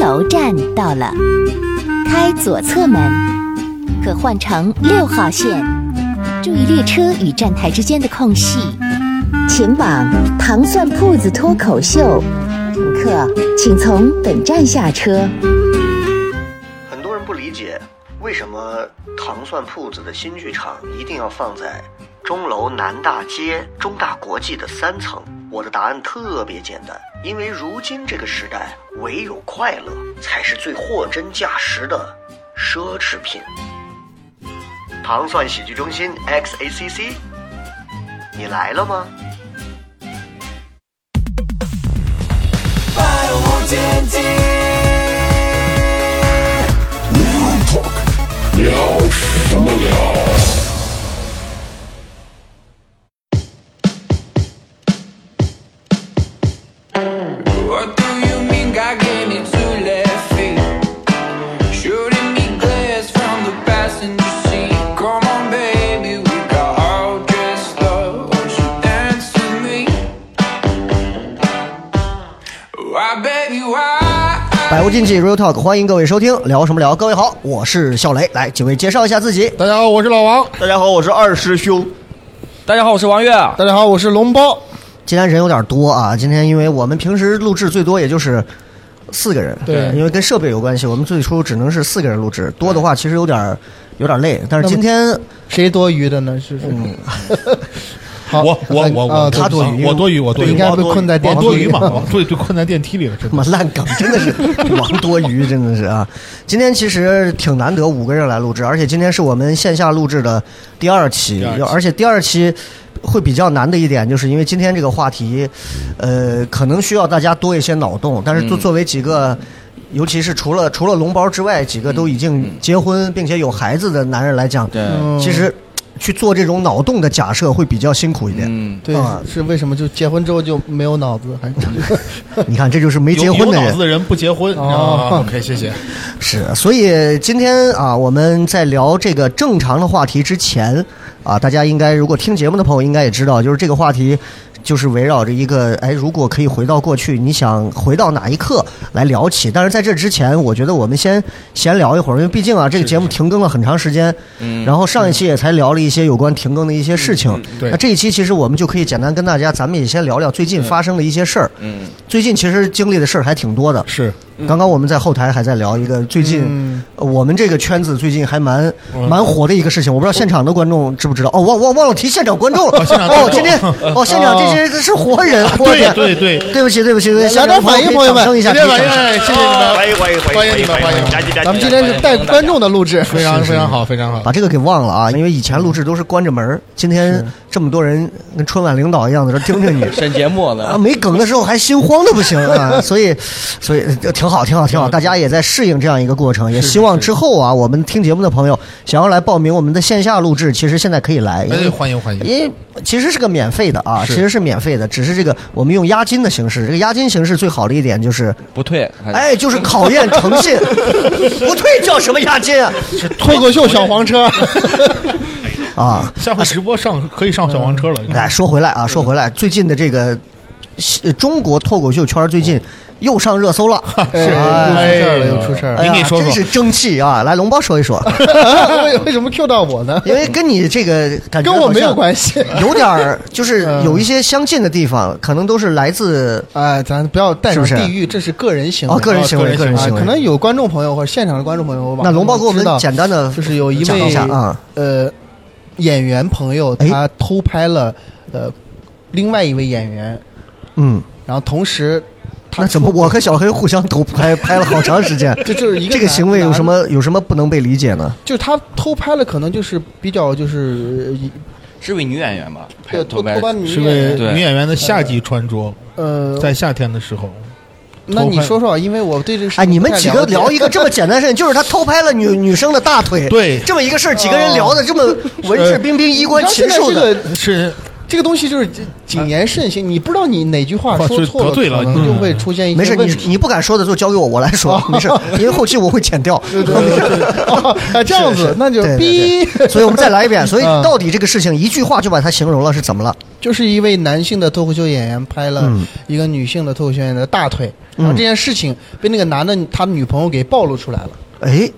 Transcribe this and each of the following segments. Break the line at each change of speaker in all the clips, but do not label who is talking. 楼站到了，开左侧门，可换乘六号线。注意列车与站台之间的空隙。前往糖蒜铺子脱口秀，乘客请从本站下车。
很多人不理解，为什么糖蒜铺子的新剧场一定要放在钟楼南大街中大国际的三层？我的答案特别简单，因为如今这个时代，唯有快乐才是最货真价实的奢侈品。糖蒜喜剧中心 XACC，你来了吗？
百无禁忌。What do you mean God gave me two left feet? Shooting me glares from the passenger seat. Come on, baby, we got all dressed up. Won't you dance with me? Why, baby, why?
百无禁忌 Real Talk，欢迎各位收听，聊什么聊？各位好，我是笑雷，来几位介绍一下自己。
大家好，我是老王。
大家好，我是二师兄。
大家好，我是王月。
大家好，我是龙包。
今天人有点多啊，今天因为我们平时录制最多也就是四个人，
对
因为跟设备有关系，我们最初只能是四个人录制，多的话其实有点有点累。但是今天嗯
谁多余的呢？是 好
我
呃
我我
啊
我
他多余
我多余，我多余，
应该被
我多余
困在电梯
我多余
里
嘛，我对对，困在电梯里了，真
他妈
的。
烂梗， 真的是王多余，真的是啊！今天其实挺难得五个人来录制，而且今天是我们线下录制的第二期，
第二期
要而且第二期会比较难的一点，就是因为今天这个话题，呃，可能需要大家多一些脑洞，但
嗯
是作作为几个。尤其是除了除了龙包之外，几个都已经结婚并且有孩子的男人来讲，
对
其实去做这种脑洞的假设会比较辛苦一点。
嗯，
对
啊，
是为什么就结婚之后就没有脑子？还
你看，这就是没
有
结婚
有
的
脑
人
子。的人不结婚
哦
啊。OK，谢谢。
是，所以今天啊，我们在聊这个正常的话题之前啊，大家应该如果听节目的朋友应该也知道，就是这个话题就是围绕着一个，哎，如果可以回到过去，你想回到哪一刻来聊起？但是在这之前，我觉得我们先闲聊一会儿，因为毕竟啊，这个节目停更了很长时间，
嗯
嗯
然后上一期也才聊了一些有关停更的一些事情。
对
那这一期其实我们就可以简单跟大家，咱们也先聊聊最近发生的一些事儿。嗯，最近其实经历的事儿还挺多的。
是
嗯
刚刚我们在后台还在聊一个最近、
嗯
呃我们这个圈子最近还蛮
嗯
蛮火的一个事情，我不知道现场的观众知不知道？哦，忘忘忘了提现场观众了。哦，今 天哦，现场这些是活人，
啊
我
对
天
对对，
对不起对不起，对不起
来点反应，朋友们，
掌声一下，
来点反应，
掌声哦
哎谢谢你们，
欢
欢
迎欢迎
迎你们，欢迎你
炸鸡
们。
炸鸡
咱们今天是带观众的录制，
非常非常好，非常好。
把这个给忘了啊，因为以前录制都是关着门儿，今天这么多人跟春晚领导一样的这盯着你，
审节目
啊，
呢，
没梗的时候还心慌的不行啊，所以，所以呃挺好，挺好，
嗯
挺好，大家也在适应这样一个过程，也希望之后啊，我们听节目的朋友想要来报名我们的线下录制，其实现在可以来，因
哎，
为
欢迎欢迎。
因为其实是个免费的啊，
是
其实是免费的，只是这个我们用押金的形式，这个押金形式最好的一点就是，
不退，还是，
哎，就是考验诚 信，不退叫什么押金啊？
脱口秀小黄车，
啊，
下回直播上可以上小黄车了。你看
哎，说回来啊，说回来，最近的这个呃中国脱口秀圈最近又上热搜了，
是
哎
又出事儿了，又出事儿
哎
了。
呀，
您给说
真
说
是争气啊！来，龙包说一说，
为为什么 Q 到我呢？
因为跟你这个感觉
跟我没有
系，
关系。 嗯
有点儿就是有一些相近的地方，可能都是来自
哎，咱不要带
是
上
不是
地域，这是个人行为，
哦个人行为
啊
个人行为
可能有观众朋友或者现场的观众朋友吧。
那龙包给我们
知道
简单的
就是有一
讲
位
一下啊，
呃演员朋友，
哎
他偷拍了呃另外一位演员，
嗯，
然后同时他
那怎么
偷
我和小黑互相偷拍拍了好长时间？
这就是一个
这个
男
行为有
男
什么有什么不能被理解呢？
就是他偷拍了，可能就是比较就是
是位女演员吧？
呃偷
头
偷
牌
拍女
是
演员
位
对
女演员的夏季穿着，
呃。
在夏天的时候，
那
偷
你
拍
说说，因为我对这个事
哎，你们
不太
几个
了解
聊一个这么简单的事情，就是他偷拍了女女生的大腿，
对
这么一个事儿，几个人聊的这么文质彬彬、衣冠
你知道呃现
禽
在
兽
这
的，
个
是
这个东西就是谨言慎行，你不知道你哪句话
话
说
说
错了，
得罪了
可能
嗯
就会出现一些
没事，
问
你
题
你不敢说的就交给我，我来说，没 事，因为后期我会剪掉。
对对 对对对，哦，哎这样
是
子
是
那就
对对
逼，
对所以我们再 来一遍。所以
嗯
到底这个事情一句话就把它形容了是怎么了？
就是一位男性的脱口秀演员拍了
嗯
一个女性的脱口秀演员的大腿，然后
嗯
这件事情被那个男的他女朋友给暴露出来了。
哎，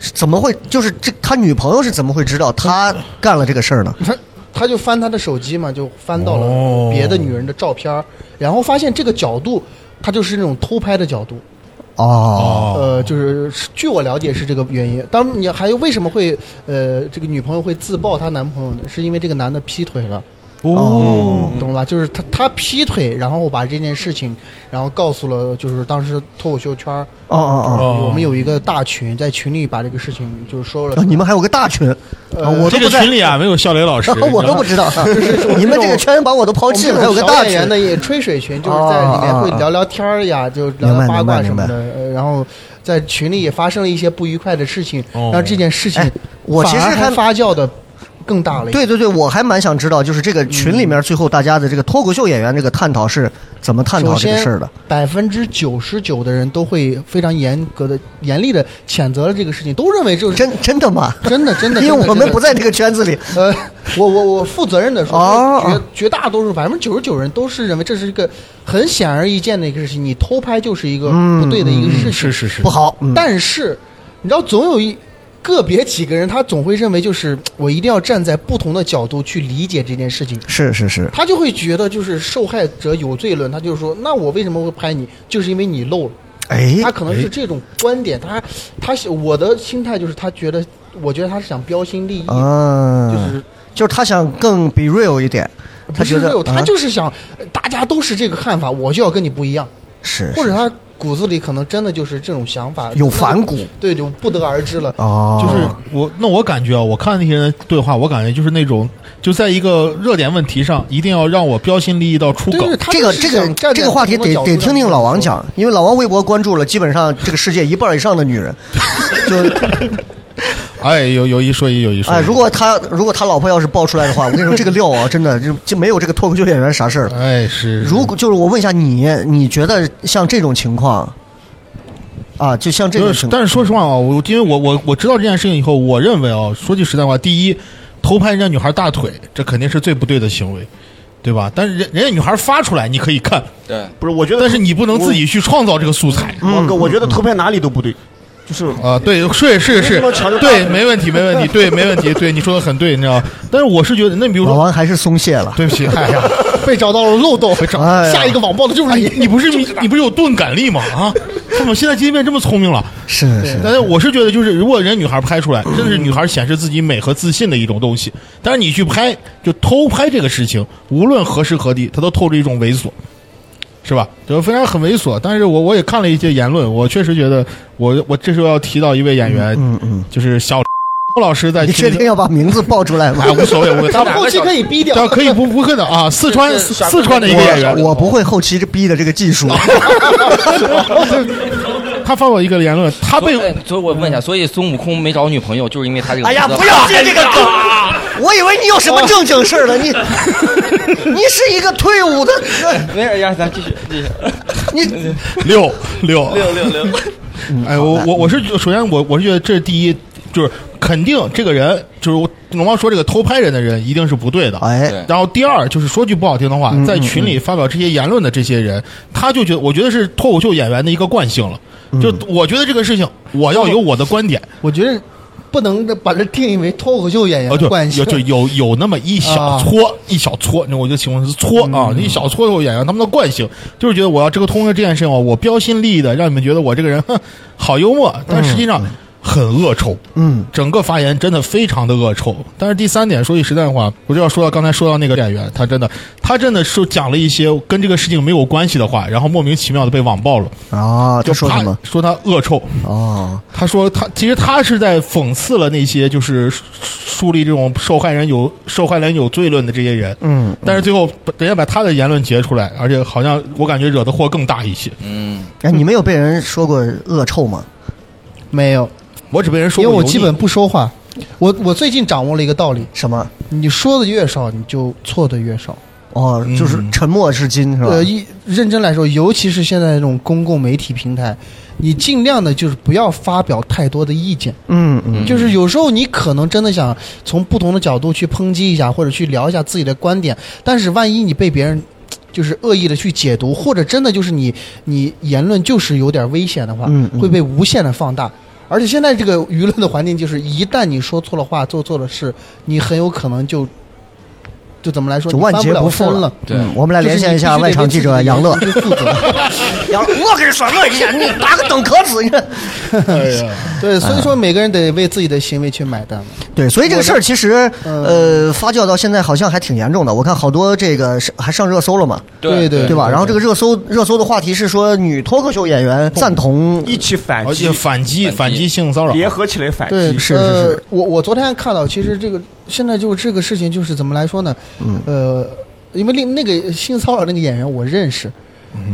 是怎么会？就是这他女朋友是怎么会知道他干了这个事儿呢？
他他就翻他的手机嘛，就翻到
哦
了别的女人的照片儿，然后发现这个角度，他就是那种偷拍的角度。
哦，
哦，
呃，就是据我了解是这个原因。当然，你还有为什么会呃这个女朋友会自曝她男朋友呢？是因为这个男的劈腿了，
哦，
懂了吧？就是他他劈腿，然后把这件事情，然后告诉了就是当时脱口秀圈儿，
哦哦
哦
我们有一个大群，在群里把这个事情就是说了呃
哦，。你们还有个大群，啊我都
这
不
个
在，
群，里啊没有笑雷 老师
我都不知道，你们这个圈把我都抛
我
弃
们
了，还有个
这种
大
小演员
群哦
的也吹水群，就是在里面会聊聊天儿呀，就聊聊八卦什么的。呃然后在群里也发生了一些不愉快的事情，
哦
让这件事情
哎我其实
反而还
还
发酵的更大了一点。
对对对，我还蛮想知道，就是这个群里面最后大家的这个脱口秀演员这个探讨是怎么探讨
首
这个
先
事儿的？，
百分之九十九的人都会非常严格的、严厉的谴责了这个事情，都认为就是
真真的吗？
真的真的，
因为
真的
我
真
们
的
不在这个圈子里。
呃，我我我负责任的说，
哦
绝绝大多数百分之九十九人都是认为这是一个很显而易见的一个事情，你偷拍就是一个
嗯
不对的一个事情，
是是是
不，好，嗯
但是你知道，总有一个别几个人，他总会认为就是我一定要站在不同的角度去理解这件事情。
是是 是，
他就会觉得就是受害者有罪论，他就说，那我为什么会拍你？就是因为你漏了。
哎，
他可能是这种观点，他他我的心态就是他觉得，我觉得他是想标新立异，
嗯，
就是
就是他想更 be real 一点，他
不
觉
是
得
没有，他
啊
就是想呃大家都是这个看法，我就要跟你不一样，
啊是
或者他骨子里可能真的就是这种想法，
有反骨
对，就不得而知了。
哦，
就是我那我感觉啊，我看那些人对话，我感觉就是那种就在一个热点问题上，一定要让我标新立异到出
对
梗
对，，他
这个
就是
这个
想站在
这个话题
不同的角
得
度上
得听听老王讲，因为老王微博关注了基本上这个世界一半以上的女人，就
哎，有有一说一，有一说一。
哎，如果他如果他老婆要是爆出来的话，我跟你 说这个料啊，真的就就没有这个脱口秀演员啥事儿了。
哎是，
如果就是我问一下你，你觉得像这种情况啊，就像这种
就
情
是
况，
但是说实话啊，
嗯
我因为我我我知道这件事情以后，我认为啊，说句实在话，第一，偷拍人家女孩大腿，这肯定是最不对的行为，对吧？但是人人家女孩发出来，你可以看，
对，
不是，我觉得，
但是你不能自己去创造这个素材。
嗯
我我觉得偷拍哪里都不对，就是
啊，对，是是是
不能强制，
对，没问题，没问题，对，没问题，对，你说的很对，你知道。但是我是觉得，那比如
老
说，
王还是松懈了。
对不起，哎呀，
被找到了漏洞，被
找哎呀
下一个网暴的就是
你
你。
你不是你你不是有钝感力吗？啊，怎么现在即便这么聪明了？
是是，
但是我是觉得，就是如果人家女孩拍出来，
嗯
真的是女孩显示自己美和自信的一种东西。但是你去拍，就偷拍这个事情，无论何时何地，它都透着一种猥琐，是吧？就是非常很猥琐。但是我我也看了一些言论，我确实觉得我，我这时候要提到一位演员，
嗯嗯，
就是小 老师在
你
群
确
里
定要把名字报出来吗
哎，？无所谓， 我
咱们后期可以逼掉
啊，可以不不可能啊，四川
是是
四川的一个演员，
我我不会后期这逼的这个技术。
他发表一个言论，他被
所以所以我问一下，所以孙悟空没找女朋友，就是因为他这个。
哎 呀，不要接这个梗！
哎
我以为你有什么正经事儿了，你你是一个退伍的，
没事，呀，咱继续继续。
你
六六
六六六，
哎，我我我是首先我我是觉得这是第一，就是肯定这个人就是我龙王说这个偷拍人的人一定是不对的。
哎
对，
然后第二就是说句不好听的话，在群里发表这些言论的这些人，他就觉得我觉得是脱口秀演员的一个惯性了。就我觉得这个事情，我要有我的观点，
我觉得不能把这定义为脱口秀演员啊
哦
呃，
的
就
关系
有。就有有那么一小撮、一小撮，那我就形容是撮
嗯
啊，一小撮有演员他们的惯性，就是觉得我要这个通过这件事情，我标新立异的让你们觉得我这个人哼好幽默，但实际
嗯
上很恶臭。
嗯，
整个发言真的非常的恶臭。但是第三点，说句实在话，我就要说到刚才说到那个演员，他真的，他真的是讲了一些跟这个事情没有关系的话，然后莫名其妙的被网暴了，
啊，他
就
说
他
什么？
说他恶臭，
哦，
他说他其实他是在讽刺了那些就是树树立这种受害人有受害人有罪论的这些人，
嗯，
但是最后人家把他的言论截出来，而且好像我感觉惹的祸更大一些。
嗯，
哎，你们有被人说过恶臭吗？
没有，
我只被人说
因为
过油腻，
我基本不说话。我我最近掌握了一个道理，
什么？
你说的越少，你就错的越少。
哦，就是
嗯
沉默是金，是吧？
呃，一认真来说，尤其是现在这种公共媒体平台，你尽量的就是不要发表太多的意见。
嗯嗯，
就是有时候你可能真的想从不同的角度去抨击一下，或者去聊一下自己的观点，但是万一你被别人就是恶意的去解读，或者真的就是你你言论就是有点危险的话，
嗯嗯
会被无限的放大。而且现在这个舆论的环境，就是一旦你说错了话、做错了事，你很有可能就就怎么来说，
就
你
万
翻
劫
不了
不复
身了。
对
嗯我们来连线一下外场记者杨乐。杨乐，我跟你说，我跟你讲，你拿个灯壳子，你看。
哎呀，
对，所以说每个人得为自己的行为去买单嘛。
对，所以这个事儿其实，
嗯
呃，发酵到现在好像还挺严重的。我看好多这个是还上热搜了嘛，
对对
对吧？然后这个热搜热搜的话题是说女脱口秀演员赞同
一起反
而
击
且，反击
反击
反击性骚扰，
联合起来反
对，
击。
哎是
呃
是，
我我昨天还看到，其实这个现在就这个事情就是怎么来说呢？
嗯
呃，因为另那个性骚扰那个演员我认识，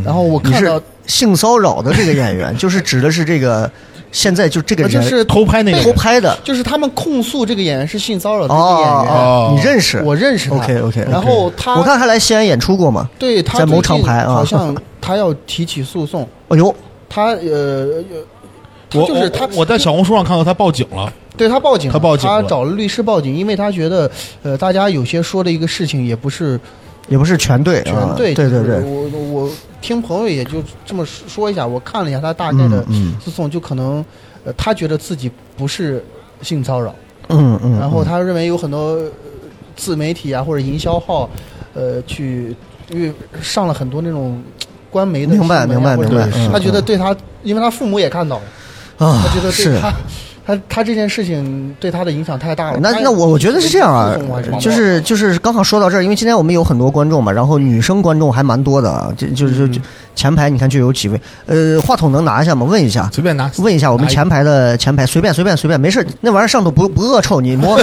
然后我
嗯你
看到
是性骚扰的这个演员，就是指的是这个现在就这个
呃就
人
是
偷拍那个
偷
人
拍的
就是他们控诉这个演员是性骚扰的
哦
那个演员，
哦
哦，
你认识？
我认识他。
OK OK，
然后他
我看他来西安演出过嘛？
对他
在某
最
厂
近
牌啊
好像他要提起诉讼，
哎呦，
他呃。呃他
我
就是他
我，我在小红书上看到他报警了，
对他报警了，
他报警
他
了
找了律师报警，因为他觉得，呃，大家有些说的一个事情也不是
也不是全对，啊
全对，
对对
就是
对，
我我我听朋友也就这么说一下，我看了一下他大概的
嗯
诉讼，就可能呃他觉得自己不是性骚扰，
嗯嗯，
然后他认为有很多呃自媒体啊或者营销号，呃去因为上了很多那种。官媒的
明白
新闻啊
明白
或者
明白
是
嗯
他觉得
嗯
对他，因为他父母也看到了，
啊
他觉得对
是
他，他他这件事情对他的影响太大了。
那
他也
那我我觉得是这样啊
诉讼还是，
就是就是刚好说到这儿，因为今天我们有很多观众嘛，然后女生观众还蛮多的啊，就就
嗯
就就前排你看就有几位，呃，话筒能拿一下吗？问一下，
随便拿。
问一下我们
拿一
前排的前排，随便随便随便，没事，那玩意儿上头不不恶臭，你 摸。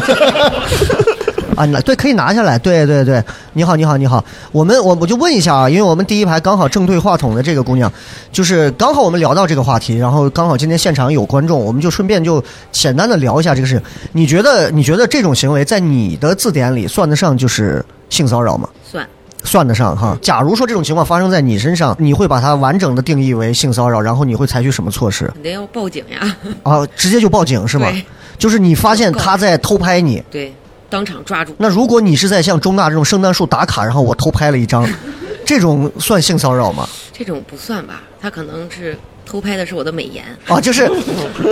啊，你来对，可以拿下来。对对对，你好，你好，你好。我们我我就问一下啊，因为我们第一排刚好正对话筒的这个姑娘，就是刚好我们聊到这个话题，然后刚好今天现场有观众，我们就顺便就简单的聊一下这个事情。你觉得你觉得这种行为在你的字典里算得上就是性骚扰吗？
算
算得上哈。假如说这种情况发生在你身上，你会把它完整的定义为性骚扰，然后你会采取什么措施？
肯定要报警呀，
啊，直接就报警是吗
对？
就是你发现他在偷拍你，
对，当场抓住，
那如果你是在像中大这种圣诞树打卡，然后我偷拍了一张， 这种算性骚扰吗？
这种不算吧？他可能是偷拍的是我的美颜，
啊，就是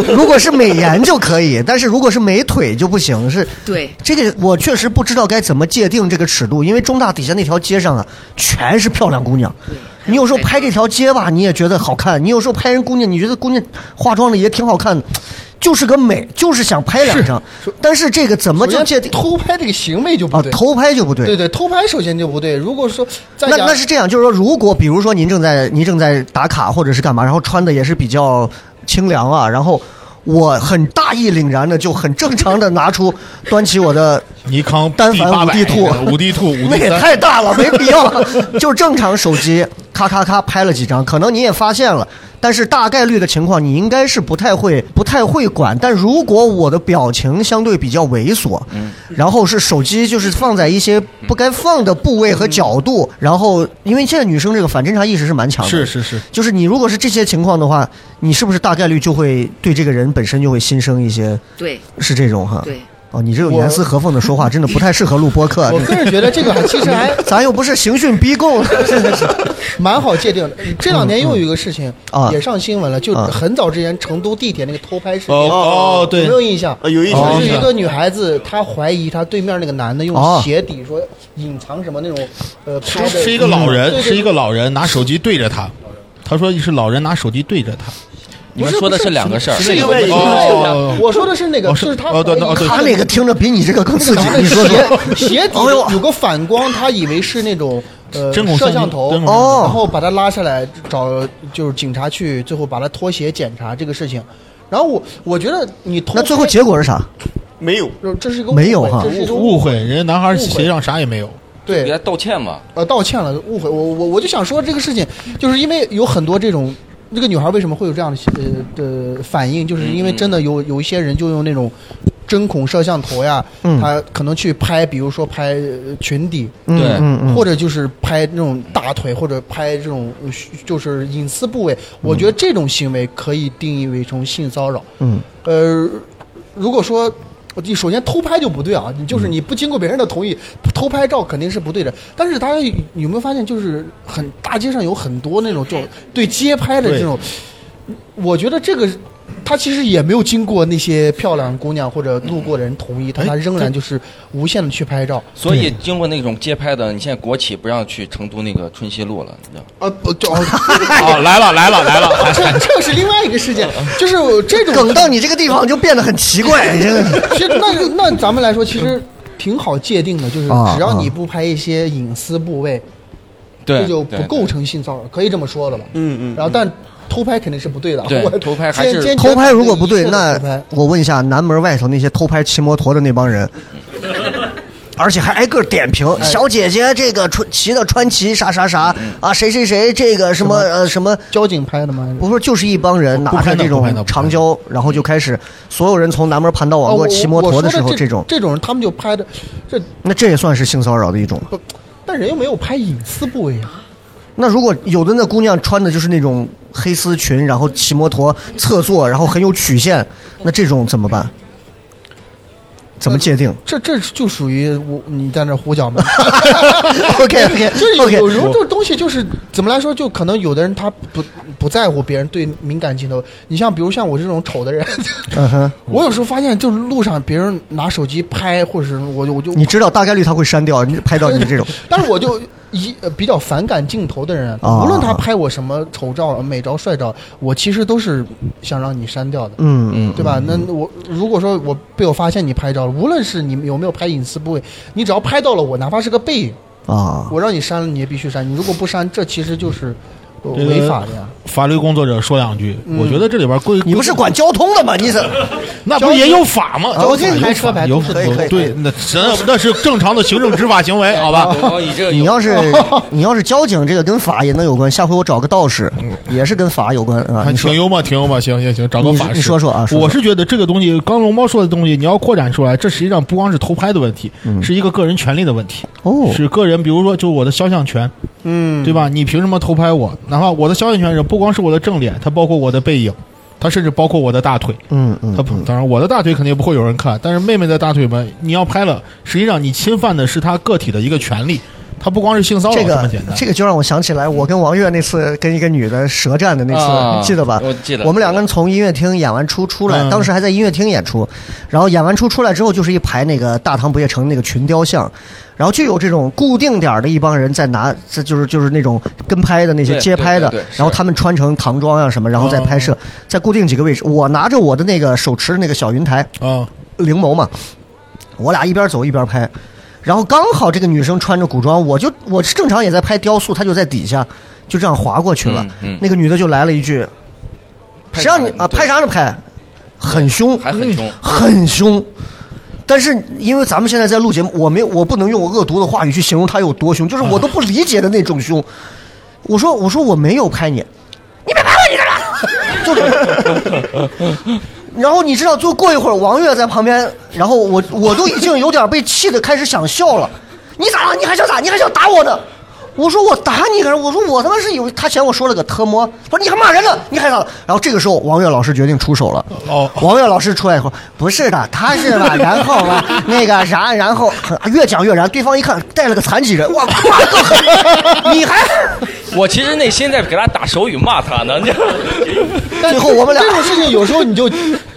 如果是美颜就可以，但是如果是美腿就不行，是。
对，
这个我确实不知道该怎么界定这个尺度，因为中大底下那条街上啊，全是漂亮姑娘。你有时候拍这条街吧，你也觉得好看；你有时候拍人姑娘，你觉得姑娘化妆的也挺好看的，就是个美，就是想拍两张。但是这个怎么
首
就
先
界定？
偷拍这个行为就不
啊，
对，
偷拍就不对。
对对，偷拍首先就不对。如果说在
那
家
那是这样，就是说，如果比如说您正在您正在打卡或者是干嘛，然后穿的也是比较清凉啊，然后我很大义凛然的就很正常的 拿出端起我的，
尼康
单反
五
5D 兔
五 D 兔，五
那
D
也
三，
太大了，没必要，就正常手机咔咔咔拍了几张，可能你也发现了，但是大概率的情况你应该是不太会不太会管，但如果我的表情相对比较猥琐，然后是手机就是放在一些不该放的部位和角度，然后因为现在女生这个反侦查意识是蛮强的，
是是是，
就是你如果是这些情况的话，你是不是大概率就会对这个人本身就会心生一些
对，
是这种哈？
对。
哦，你这种严丝合缝的说话真的不太适合录播客。
我 个人觉得这个还其实还
咱又不是刑讯逼 供，真的是嗯
蛮好界定的。这两年又有一个事情
嗯啊
也上新闻了，就很早之前成都地铁那个偷拍事件，
哦哦
有
对
没有印象？
呃有印
象
就是
有印
一
象
个女孩子，她怀疑她对面那个男的
哦
用鞋底说隐藏什么那种呃拍
是
的，嗯
是一个老
对
人，
对
是一个老人拿手机对着他，他说是老人拿手机对着他，
你们说的是两个事儿，
是一个
另外一个
哦
我说的是那个，
哦
就是是她
哦对
怀疑
哦对
他那个听着比你这个更刺激
拿。
你说说，
鞋 鞋底
哎呦
有个反光，他以为是那种呃
针孔
摄
摄像
像头，
针孔
摄像头
然后把他拉下来找就是警察去，最后把他拖鞋检查这个事情。然后我我觉得你偷
那最后结果是啥？
没有，
这是一个误会
没有哈
这是一个
误会，人家男孩
误会
鞋上啥也没有，
给他
对
道歉嘛。
呃道歉了误会。我我我就想说这个事情，就是因为有很多这种。这个女孩为什么会有这样的呃的反应？就是因为真的有有一些人就用那种针孔摄像头呀，
嗯
他可能去拍，比如说拍呃裙底，
嗯
对
嗯嗯，
或者就是拍那种大腿，或者拍这种呃嘘就是隐私部位，我觉得这种行为可以定义为从性骚扰。
嗯
呃，如果说我首先偷拍就不对啊，你就是
嗯
你不经过别人的同意偷拍照肯定是不对的。但是大家有有没有发现，就是很大街上有很多那种这种对街拍的这种，我觉得这个。他其实也没有经过那些漂亮姑娘或者路过的人同意，但
哎
他仍然就是无限的去拍照。
所以经过那种街拍的，你现在国企不让去成都那个春熙路了，你知道吗？
啊不，就
哎
哦，来了来了来嗯了，
这这是另外一个事件，就是这种
梗到你这个地方就变得很奇怪，你真的是。
其实那就那咱们来说，其实挺好界定的，就是
啊
只要你不拍一些隐私部位，
对，
这就不
对
构。成性骚扰，可以这么说了吧？
嗯嗯
然后，但偷拍肯定是不对的。
对
啊我
偷拍还是
坚坚决
偷拍如果不对，
反对一切的
那
偷拍
我问一下南门外头那些偷拍骑摩托的那 帮人，而且还挨个点评，
哎
小姐姐这个穿骑的川崎啥啥啥啊，谁谁谁这个什么呃什么。
嗯交警拍的吗？还是
不是，就是一帮人
不
拿着
拍那
这
不拍那
种
不拍
长焦，然后就开始，所有人从南门盘到
哦
网
我
络骑摩
我
托
说
的
的
时候，
这
这种，
这种人他们就拍的这
那这也算是性骚扰的一种吗。
不，但人又没有拍隐私部位啊。
那如果有的那姑娘穿的就是那种黑丝裙，然后骑摩托侧坐，然后很有曲线，那这种怎么办？怎么界定
这这就属于我你在那胡搅蛮
？OK OK
就是有
OK，
有时候这种东西就是怎么来说，就可能有的人他不不在乎别人对敏感镜头。你像比如像我这种丑的人，
嗯哼，
我有时候发现就是路上别人拿手机拍，或者是我就我就
你知道大概率他会删掉，你拍到你 这种，
但是我就一呃比较反感镜头的人，
啊
无论他拍我什么丑照、美照、帅照，我其实都是想让你删掉的，
嗯
对吧？那我如果说我被我发现你拍照了，无论是你有没有拍隐私部位，你只要拍到了我，哪怕是个背影，
啊，
我让你删了，你也必须删。你如果不删，这其实就是呃
这个
违法的呀。嗯
法律工作者说两句，我觉得这里边规
你不是管交通的吗？你怎么 啊
那不也有法吗？
交警
有
开车牌
有
都是
可以可以
对，那那那是正常的行政执法行为，好吧？
我以这个
你要是你要是交警这个跟法也能有关，下回我找个道士，也是跟法有关啊。你说
挺幽默，挺幽默，行行行，找个
你
法师
你说说啊说说
我是觉得这个东西，刚龙猫说的东西，你要扩展出来，这实际上不光是偷拍的问题，是一个个人权利的问题，
嗯哦，
是个人，比如说就是我的肖像权，
嗯
对吧？你凭什么偷拍我？哪怕我的肖像权是不光是我的正脸，它包括我的背影，它甚至包括我的大腿。
嗯嗯
它不，当然我的大腿肯定不会有人看，但是妹妹的大腿吧，你要拍了，实际上你侵犯的是她个体的一个权利，它不光是性骚扰
这
这么
个
简单。
这个就让我想起来，我跟王悦那次跟一个女的舌战的那次，
啊
你记得吧？
我记得
我们两个人从音乐厅演完出出来，
嗯
当时还在音乐厅演出，然后演完出出来之后，就是一排那个大唐不夜城那个群雕像，然后就有这种固定点儿的一帮人在拿，这就是就是那种跟拍的那些
对
街拍的
对对对，是
然后他们穿成唐装啊什么，然后再拍
嗯
摄，在固定几个位置，我拿着我的那个手持那个小云台，
啊，
灵眸嘛，我俩一边走一边拍，然后刚好这个女生穿着古装，我就我正常也在拍雕塑，她就在底下就这样划过去了。
嗯嗯
那个女的就来了一句：“
拍
谁
啥
让你啊
对
拍啥呢拍？”很凶，
还很凶
很凶。但是因为咱们现在在录节目，我没有我不能用恶毒的话语去形容她有多凶，就是我 都不理解的那种凶。我说我说我没有拍你， 然后你知道，就过一会儿，王悦在旁边，然后我我都已经有点被气的开始想笑了。你咋了？你还想咋？你还想打我呢？我说我打你干啥？我说我他妈是有他嫌我说了个特么？他说你还骂人呢？你还咋了？然后这个时候，王悦老师决定出手了。
哦
王悦老师出来以后，不是的，他是吧？然 后吧，那个啥，然后越讲越燃。对方一看带了个残疾人，哇，哇更狠！你还
我其实内心在给他打手语骂他呢，
最后我们俩
这种事情有时候你就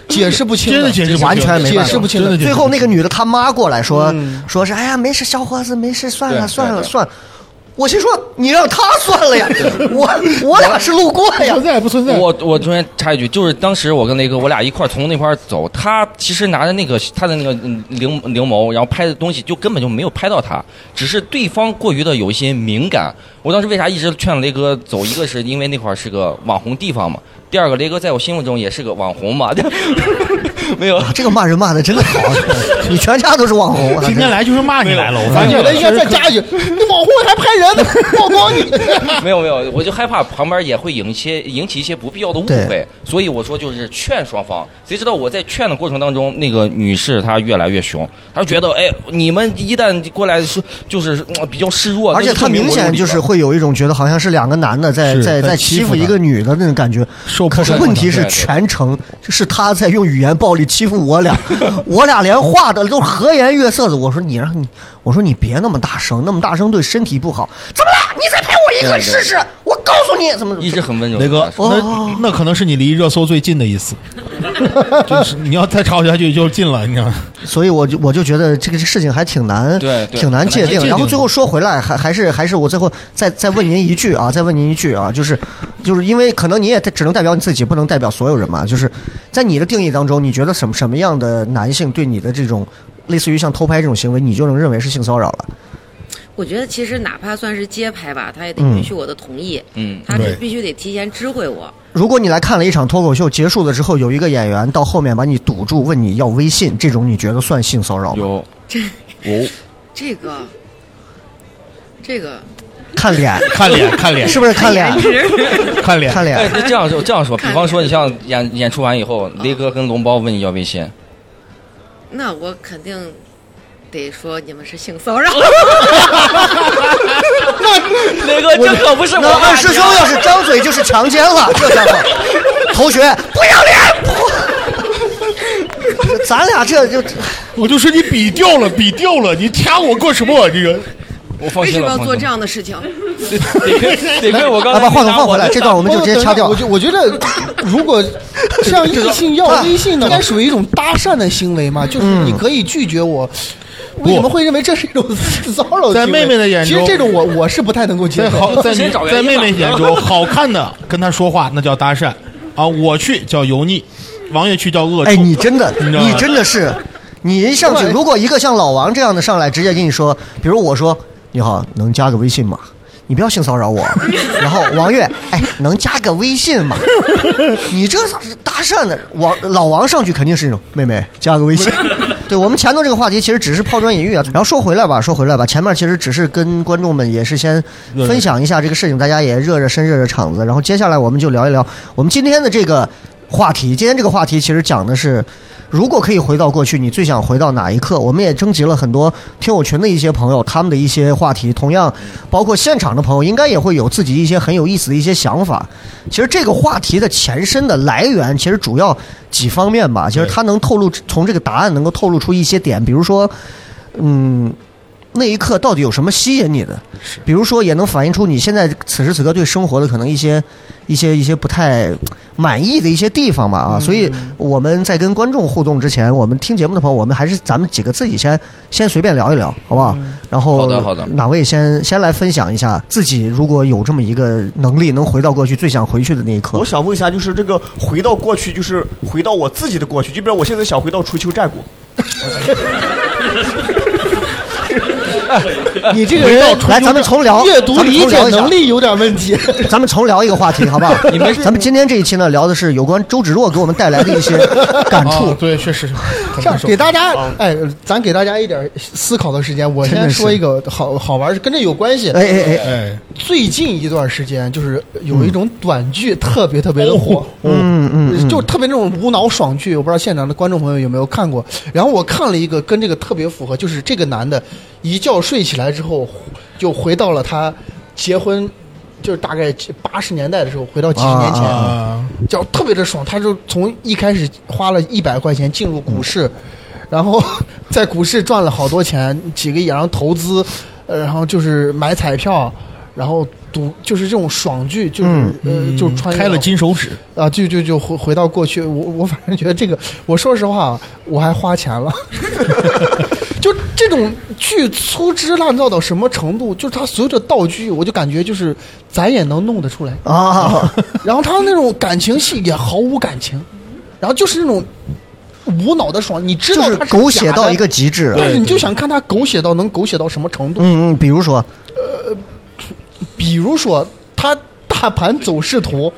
解释不清
真的解释不清
完全没办法
解释不清
真的解释
最
不
后
清
那个女的她妈过来说，
嗯
说是哎呀没事，小伙子没事，算了
对
算了
对对
算了。我心说你让她算了呀， 我我俩是路过呀
不存。在不存在。
我我中间插一句，就是当时我跟雷哥，我俩一块儿从那块儿走，他其实拿着那个他的那个嗯灵灵眸，然后拍的东西就根本就没有拍到他，只是对方过于的有一些敏感。我当时为啥一直劝雷哥走？一个是 因为那块儿是个网红地方嘛，第二个雷哥在我心目中也是个网红嘛，没有，
这个骂人骂的真的好，啊你全家都是网红啊。
今天来就是骂你来了，我发
我
现
觉
了
得应该再加一句，你网红还拍人呢，曝光你。
没有没有，我就害怕旁边也会引些引起一些不必要的误
对
会，所以我说就是劝双方。谁知道我在劝的过程当中，那个女士她越来越凶，她觉得哎，你们一旦过来是就是嗯比较示弱，
而且
那
他
证明
明
我有
显
理
就是
了
会有一种觉得好像是两个男的在
是
在
在
在
欺
欺
负
负一
他
个女的那种感觉。
受不
可是
了
问题
了
是
对对
全程是他在用语言暴力欺负我 俩，我俩连话的都和颜悦色的。我说你让你，我说你别那么大声，那么大声对身体不好。怎么了？你再拍我一个试试？我告诉你怎么怎么
一直很温柔
雷
地跟
哥
哦
她，说。
那那可能是你离热搜最近的一次， 就是你要再吵下去就近了，你知道吗？
所以我就我就觉得这个事情还挺难，
对对
挺难界
很难界
定。
定
然后最后说回来，还还是还是我最后再再问您一句啊，再问您一句啊，就是就是因为可能你也只能代表你自己，不能代表所有人嘛。就是在你的定义当中，你觉得什么什么样的男性对你的这种类似于像偷拍这种行为，你就能认为是性骚扰了？
我觉得其实哪怕算是街拍吧，他也得
嗯
允许我的同意，
嗯
他是
对
必须得提前知会我。
如果你来看了一场脱口秀，结束了之后，有一个演员到后面把你堵住，问你要微信，这种你觉得算性骚扰吗？
有有
这个，这 个
看脸，
看脸，看脸，
是不是看脸？
看脸，
看脸
哎，。那这样说这样说，比
看
方说你像演演出完以
啊
后，雷哥跟龙包问你要微信，
那我肯定得说你们是性骚 扰。
雷哥这可不是啊
那二师兄要是张嘴就是强奸了，这家伙，同 学不要脸，不，咱俩这就
我就说你比掉了，比掉了，你掐我干什么？这个
我放
为什
心
么
了，
要
放
做
心
这样的事 情？
得亏得亏我刚
啊，
才
把话筒
没拿
放
我
回来，
的
这段我们就直接掐掉
我。觉我觉得，如果 像异性
啊
要微信的，应该属于一种搭讪的行为嘛，就是
嗯
你可以拒绝我。为什么会认为这是一种骚扰行为？
在妹妹的眼
其
中
实这种我我是不太能够接
在
受。
好在你
先找原
在
因吧
妹妹眼中，好看的 跟她说话那叫搭讪啊，我去叫油腻，王爷去叫恶臭。
哎，你真的，
你知道吗
你真的是，你一上去，
对
如果一个像老王这样的上来，直接跟你说，比如我说你好，能加个微信吗？你不要性骚扰我。 然后王月，哎，能加个微信吗？你这是搭讪的，王老王上去肯定是那种妹妹加个微信。对我们前头这个话题其实只是抛砖引玉啊，然后说回来吧，说回来吧，前面其实只是跟观众们也是先
热
分享一下这个事情，大家也热热身、热热场子。然后接下来我们就聊一聊我们今天的这个话题。今天这个话题其实讲的是，如果可以回到过去，你最想回到哪一刻？我们也征集了很多听友群的一些朋友，他们的一些话题，同样包括现场的朋友，应该也会有自己一些很有意思的一些想法。其实这个话题的前身的来源，其实主要几方面吧。其实它能透露从这个答案能够透露出一些点，比如说，嗯，那一刻到底有什么吸引你的？比如说，也能反映出你现在此时此刻对生活的可能一些、一些、一些不太满意的一些地方吧
嗯
啊。所以我们在跟观众互动之前，我们听节目的朋友，我们还是咱们几个自己先先随便聊一聊，好不好？
嗯
然后
好的好的
哪位先先来分享一下自己如果有这么一个能力，能回到过去最想回去的那一刻
我？想问一下，就是这个回到过去，就是回到我自己的过去，就比如我现在想回到春秋战国，
你这个人
回到重来咱们重聊
阅读理解能力有点问题。
咱们重聊一个话题，好 不好？你们咱们今天这一期呢，聊的是有关周芷若给我们带来的 一些感触啊
啊。对，确实很
这样
难受
给。大家，哎，咱给大家一点思考的时间。我
真的
先
是
说一个好好玩儿，跟这有关系。
哎哎哎，
哎，
最近一段时间，就是有一种短剧特别特别的火，
嗯嗯嗯，
就特别那种无脑爽剧，我不知道现场的观众朋友有没有看过。然后我看了一个跟这个特别符合，就是这个男的一觉睡起来之后，就回到了他结婚，就是大概八十年代的时候，回到几十年前，
啊啊
啊，
就特别的爽。他就从一开始花了一百块钱进入股市，然后 在股市赚了好多钱，几个亿，然后投资，呃，然后就是买彩票，然后赌，就是这种爽剧，就是、呃，就穿越
嗯开了金手指，
啊，就就就回回到过去，我我反正觉得这个，我说实话，我还花钱了， 就这种剧粗制滥造到什么程度？就是他所有的道具，我就感觉就是咱也能弄得出来，
啊，
然后他那种感情戏也毫无感情，然后就是那种无脑的爽，你知
就
道
是
他
狗血到一个
假
极致
的，。但是你就想看他狗血到能狗血到什么程度？呃
嗯嗯，比如说，
比如说他大盘走势图，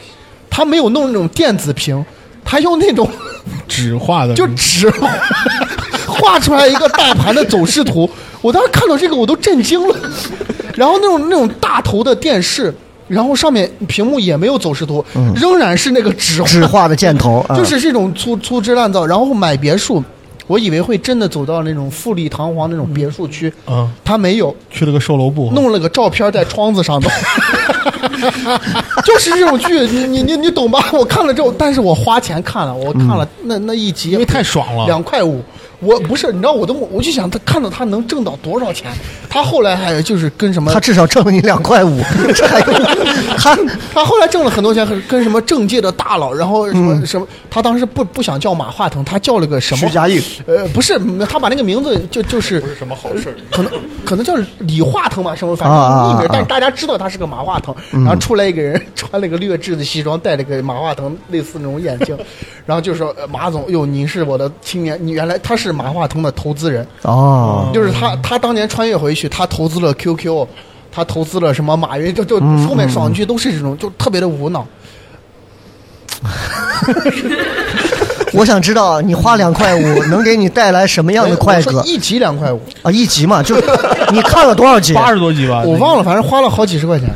他没有弄那种电子屏，他用那种
纸画的，
就只画出来一个大盘的走势图。 我当时看到这个我都震惊了。 然后那种那种大头的电视，然后上面屏幕也没有走势图，仍然是那个纸画，
嗯纸画的箭头，啊
就是这种粗粗制滥造。然后买别墅，我以为会真的走到那种富丽堂皇那种别墅区，
啊，
他没有，
去了个售楼部，
嗯弄了个照片在窗子 上头，就是这种剧，你你你你懂吧？我看了之后，但是我花钱看了，我看了那那一集，
因为太爽了
两块五。我不是，你知道我都我就想他看到他能挣到多少钱，他后来还就是跟什么
他至少挣了你两块五，这还用他
他后来挣了很多钱，很跟什么政界的大佬，然后什
嗯
么、什么，他当时不不想叫马化腾，他叫了个什么？
徐家印，
呃，不是，他把那个名字就就是不是什么好事，可能可能叫李化腾吧，什么反正
啊啊啊
艺名，但
啊嗯
是大家知道他是个马化腾。然后出来一个人穿了个劣质的西装，戴了个马化腾类似那种眼镜， 然后就说呃马总，哟，您是我的青年，你原来他是马化腾的投资人。
哦，
啊就是他，他当年穿越回去，他投资了 QQ，他投资了什么马云，就就
嗯
后面爽剧都是这种，就特别的无脑。
我想知道你花两 块五能给你带来什么样的快
我说
乐
一集两块五，
啊？一集嘛，就是你看了多少集？
八十多集吧，哦
我忘了，反正花了好几十块钱。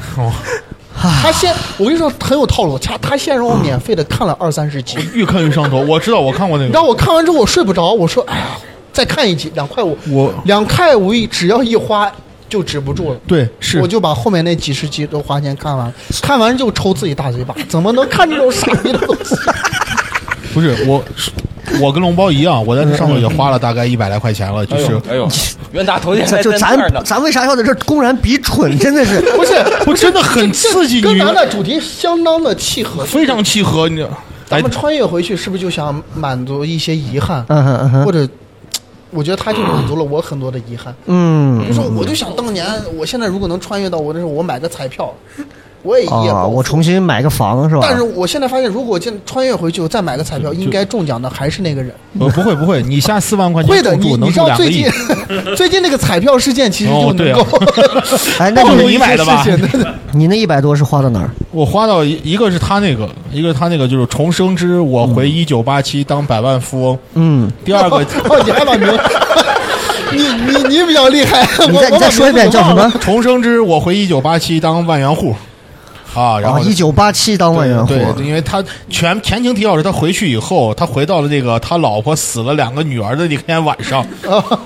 他先，我跟你说很有套路，他他先让我免费的看了二三十集，
那个，越看越上头。我知道，我看过那
让
个，
我看完之后我睡不着，我说哎呀，再看一集两块五，
我
两块五一只要一花就止不住了。
对是
我就把后面那几十集都花钱看完，看完就抽自己大嘴巴，怎么能看这种傻逼的东西？
不是我，我跟龙包一样，我在这上头也花了大概一百来块钱了，就
哎
是
呦，哎呦，冤大头现在
咱就
在那儿呢
咱。咱为啥要在这儿公然比蠢？ 真的是，
不是，
我真的 很刺激，
跟
你
咱的主题相当的契合，
非常契合你。
咱
哎
们，穿越回去是不是就想满足一些遗憾，
嗯哼嗯哼
或者？我觉得他就满足了我很多的遗憾。
嗯
比如说，我就想当年，我现在如果能穿越到我那时候，我买个彩票，我也一夜
啊，
暴富
我重新买个房是吧？
但是我现在发现，如果现穿越回去，我再买个彩票，应该中奖的还是那个人。
呃不会不会，你下四万块钱
会的，
入
你
住
你
能
知
中
道
两个
最
亿
近最近那个彩票事件，其实
哦
就
对
能
啊
够
哎， 那
暴
你
露
的
一百的吧
对对对
你那一百多是花到哪儿？
我花到一一个是他那个，一个是他那个就是重生之我回一九八七当百万富翁，
嗯，
第 二个
哦，你还把名， 你你你比较厉害。
哎你
我
再你
我把
再说一遍
名字
叫
忘
什
了
么？
重生之我回一九八七当万元户，啊，然
啊，
后
一九八七当万元户，
对，对因为他全前情提要是他回去以后，他回到了这个他老婆死了两个女儿的那天晚上，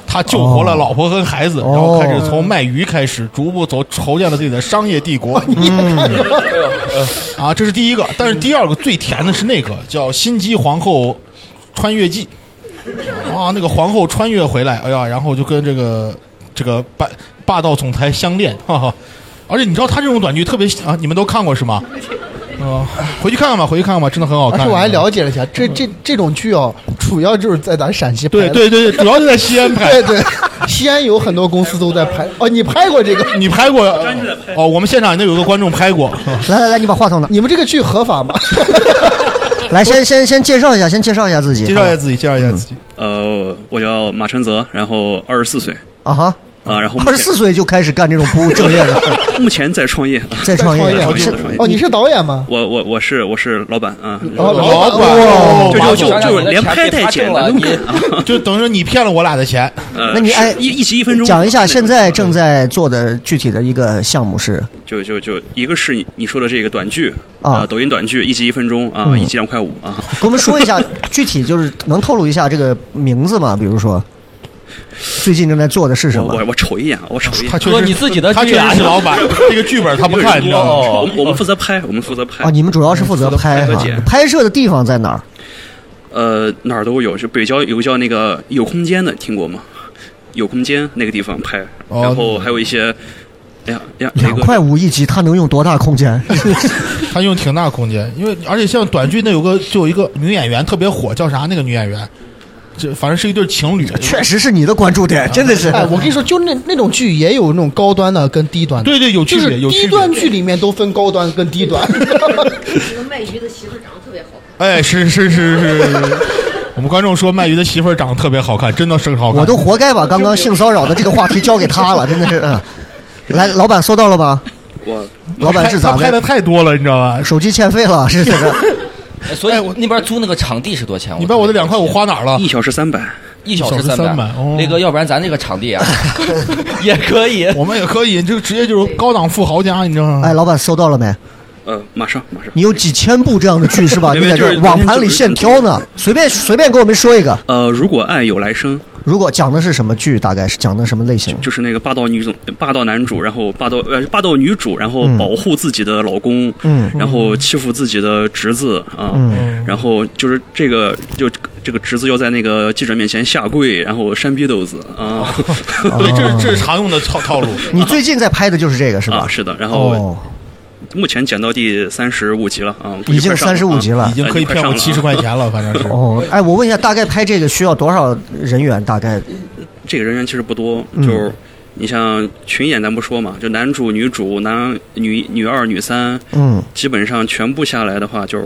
他救活了老婆和孩子，
哦
然后开始从卖鱼开始，逐步走筹建了自己的商业帝
哦
国。啊，这是第一个，但是第二个最甜的是那个叫《心机皇后穿越记》，哇，那个皇后穿越回来，哎呀，然后就跟这个这个霸霸道总裁相恋，哈哈。而且你知道他这种短剧特别啊，你们都看过是吗？啊、回去看看吧，回去看看吧，真的哦
而
很好看。
且我还了解了一下，这这这种剧哦，主要就是在咱陕西拍
对
的。
对对，主要是在西安拍
对。对，西安有很多公司都在拍。哦，你拍过这个？
你拍过？哦，我们现场那有一个观众拍过。
来来来，你把话筒拿。
你们这个剧合法吗？
来，先先先介绍一下，先介绍一下自己。嗯
介绍一下自己，介绍一下自己。
呃，我叫马承泽，然后二十四岁
啊哈，
啊，然后目
二
前
十四岁就开始干这种不务正业 的，
目前在创业。
在创业。
在
创业
是
创业
哦，你是导演吗？
我我我是我是老板啊，
哦，
老板
哦
就就就
马总
就是连拍带剪 的那
你
种感觉啊。
就等于说你骗了我俩的钱，
呃
那你
是
哎
一一集一分钟
讲一下现在正在做的具体的一个项目是
就就就一个是你你说的这个短剧
啊嗯
抖音短剧一集一分钟啊，一集两块五啊。
给我们说一下具体，就是能透露一下这个名字吗？比如说，最近正在做的是什
我
么
我？我瞅一眼，我瞅一眼
他。确
哥
实
你自己的
他
剧
确
啊
实是老板， 这个剧本他不看，你知道吗？
哦我们我们负责拍，我们负责拍
啊，你们主要是负责拍
负责拍
哈
和剪，
拍摄的地方在哪儿？
呃，哪儿都有，就北郊有个叫那个有空间的，听过吗？有空间那个地方拍，
哦
然后还有一些，哎呀哎呀，那
两
个
块五一集，它能用多大空间？
他用挺大空间，因为而且像短剧那有个就有一个女演员特别火，叫啥那个女演员，这反正是一对情侣。
确实是你的关注点，真的是。
哎，我跟你说，就那那种剧也有那种高端的跟低端的。
对对，有区
就
别，
是
有
低
区
端
别。
剧里面都分高端跟低端。
那个卖鱼的媳妇儿长得特别好看，
哎，是是是是是。我们观众说卖鱼的媳妇儿长得特别好看，真的是好看。
我都活该把刚刚性骚扰的这个话题交给他了，真的是。嗯来，老板搜到了吧？
我
老板是
他
咋
拍的
的？
太多了，你知道吧？
手机欠费了是这个。
哎所以那边租那个场地是多少钱？
哎你把我的两块五花哪儿了？
一小时三百，
一小
一小
时
时
百
300哦。
那个，要不然咱这个场 地啊，也可以，
我们也可以，这个直接就是高档富豪家， 你知道吗？
哎，老板收到了没？
呃，马上马上。
你有几千部这样的剧 是吧？
没
你
没
在
就
这
是
网盘里现挑呢，随便随便给我们说一个。
呃，如果爱有来生，
如果讲的是什么剧，大概是讲的什么类型？
就是那个霸道女总、霸道男主，然后霸道呃霸道女主，然后
嗯
保护自己的老公，
嗯
然后欺负自己的侄子啊，
嗯
然后就是这个就这个侄子要在那个记者面前下跪，然后扇逼斗子啊，
对， 这是这是常用的套套路。
你最近在拍的就是这个是吧
啊？是的，然后
哦，
目前剪到第三十五集了啊，
已经35集了
啊
已经
可以
快
骗
上
我
了啊
七十块钱 了，反正是。
哦，哎，我问一下，大概拍这个需要多少人员？大概
这个人员其实不多，
嗯
就是你像群演咱不说嘛，就男主、女主、男女女二、女三，
嗯，
基本上全部下来的话就是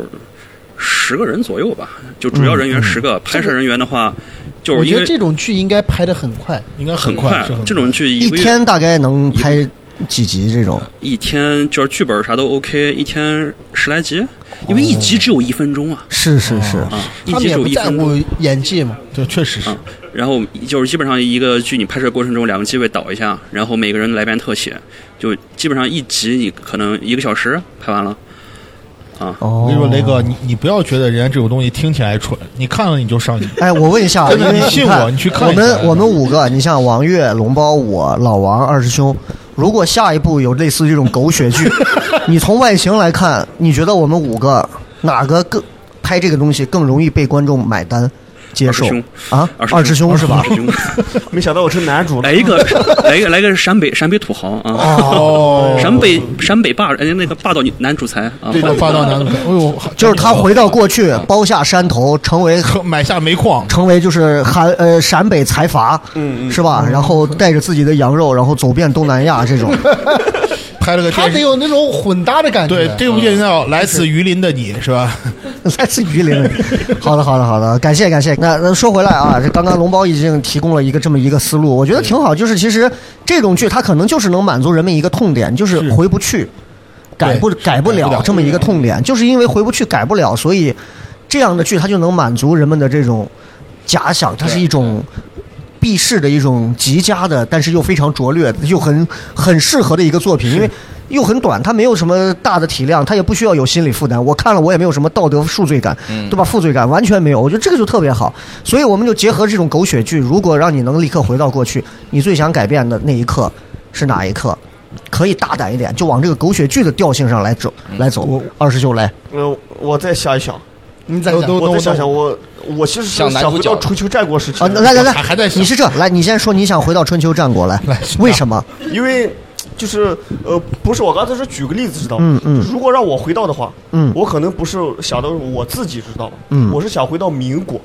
十个人左右吧，就主要人
嗯
员十个，拍摄人员的话，就是
我
因
觉
为
得这种剧应该拍的很快，应该
很快，这种剧
一
一个月
天大概能拍几集这种？
一天就是剧本啥都 OK，一天十来集，因
哦
为一集只有一分钟啊，
是是是，
啊，一
他们
集
也
只有
不
一
在
分钟。
乎演技嘛。
对，确实
啊
是。
然后就是基本上一个剧，你拍摄过程中两个机位倒一下，然后每个人来遍特写，就基本上一集你可能一个小时拍完了，啊，
哦
我跟你说，雷哥，你你不要觉得人家这种东西听起来蠢，你看了你就上瘾。
哎，我问一 下，
真
因
的，
为
你信
看
我，你去看
我
一下
们我们五个，你像王月、龙包、我、老王、二师兄，如果下一部有类似这种狗血 剧，你从外形来看，你觉得我们五个哪个更拍这个东西更容易被观众买单接受
二师
啊？二师兄是 吧？
二师兄，
没想到我是男主。
来一个，来一个，来个陕北陕北土豪啊！
哦
陕北陕北霸，人哎家那个霸道女男主才啊，
对霸道男主，哎呦，
就是他回到过去，包下山头，成为
买下煤矿，
成为就是韩呃陕北财阀，
嗯
是吧？然后带着自己的羊肉，然后走遍东南亚这种。
拍了个
他
电
得
视。
有那种混搭的感觉。嗯
对，这部电影叫《来自榆林的你》，是吧？
来自榆林。好的，好的，好的，感谢感谢。那那说回来啊，这刚刚龙包已经提供了一个这么一个思路，我觉得挺好。就是其实这种剧它可能就是能满足人们一个痛点，就是回不去，改不改不了这么一个痛点，就是因为回不去改不了，所以这样的剧它就能满足人们的这种假想，它是一种。避世的一种极佳的，但是又非常拙劣，又很很适合的一个作品，因为又很短，它没有什么大的体量，它也不需要有心理负担。我看了，我也没有什么道德负罪感，对吧？负罪感完全没有，我觉得这个就特别好。所以我们就结合这种狗血剧，如果让你能立刻回到过去，你最想改变的那一刻是哪一刻？可以大胆一点，就往这个狗血剧的调性上来走，来走。二师兄来，
嗯，我再想一想，
你
再想
我再想想，我我其实是
想男
想
主
回
角
到春秋战国时期
啊，来来来，你是
这。
这来，你先说你想回到春秋战国来，为什么？
因为就是呃，不是我刚才是举个例子知道吗？
嗯嗯
如果让我回到的话，
嗯
我可能不是想到我自己知道，
嗯
我是想回到民国，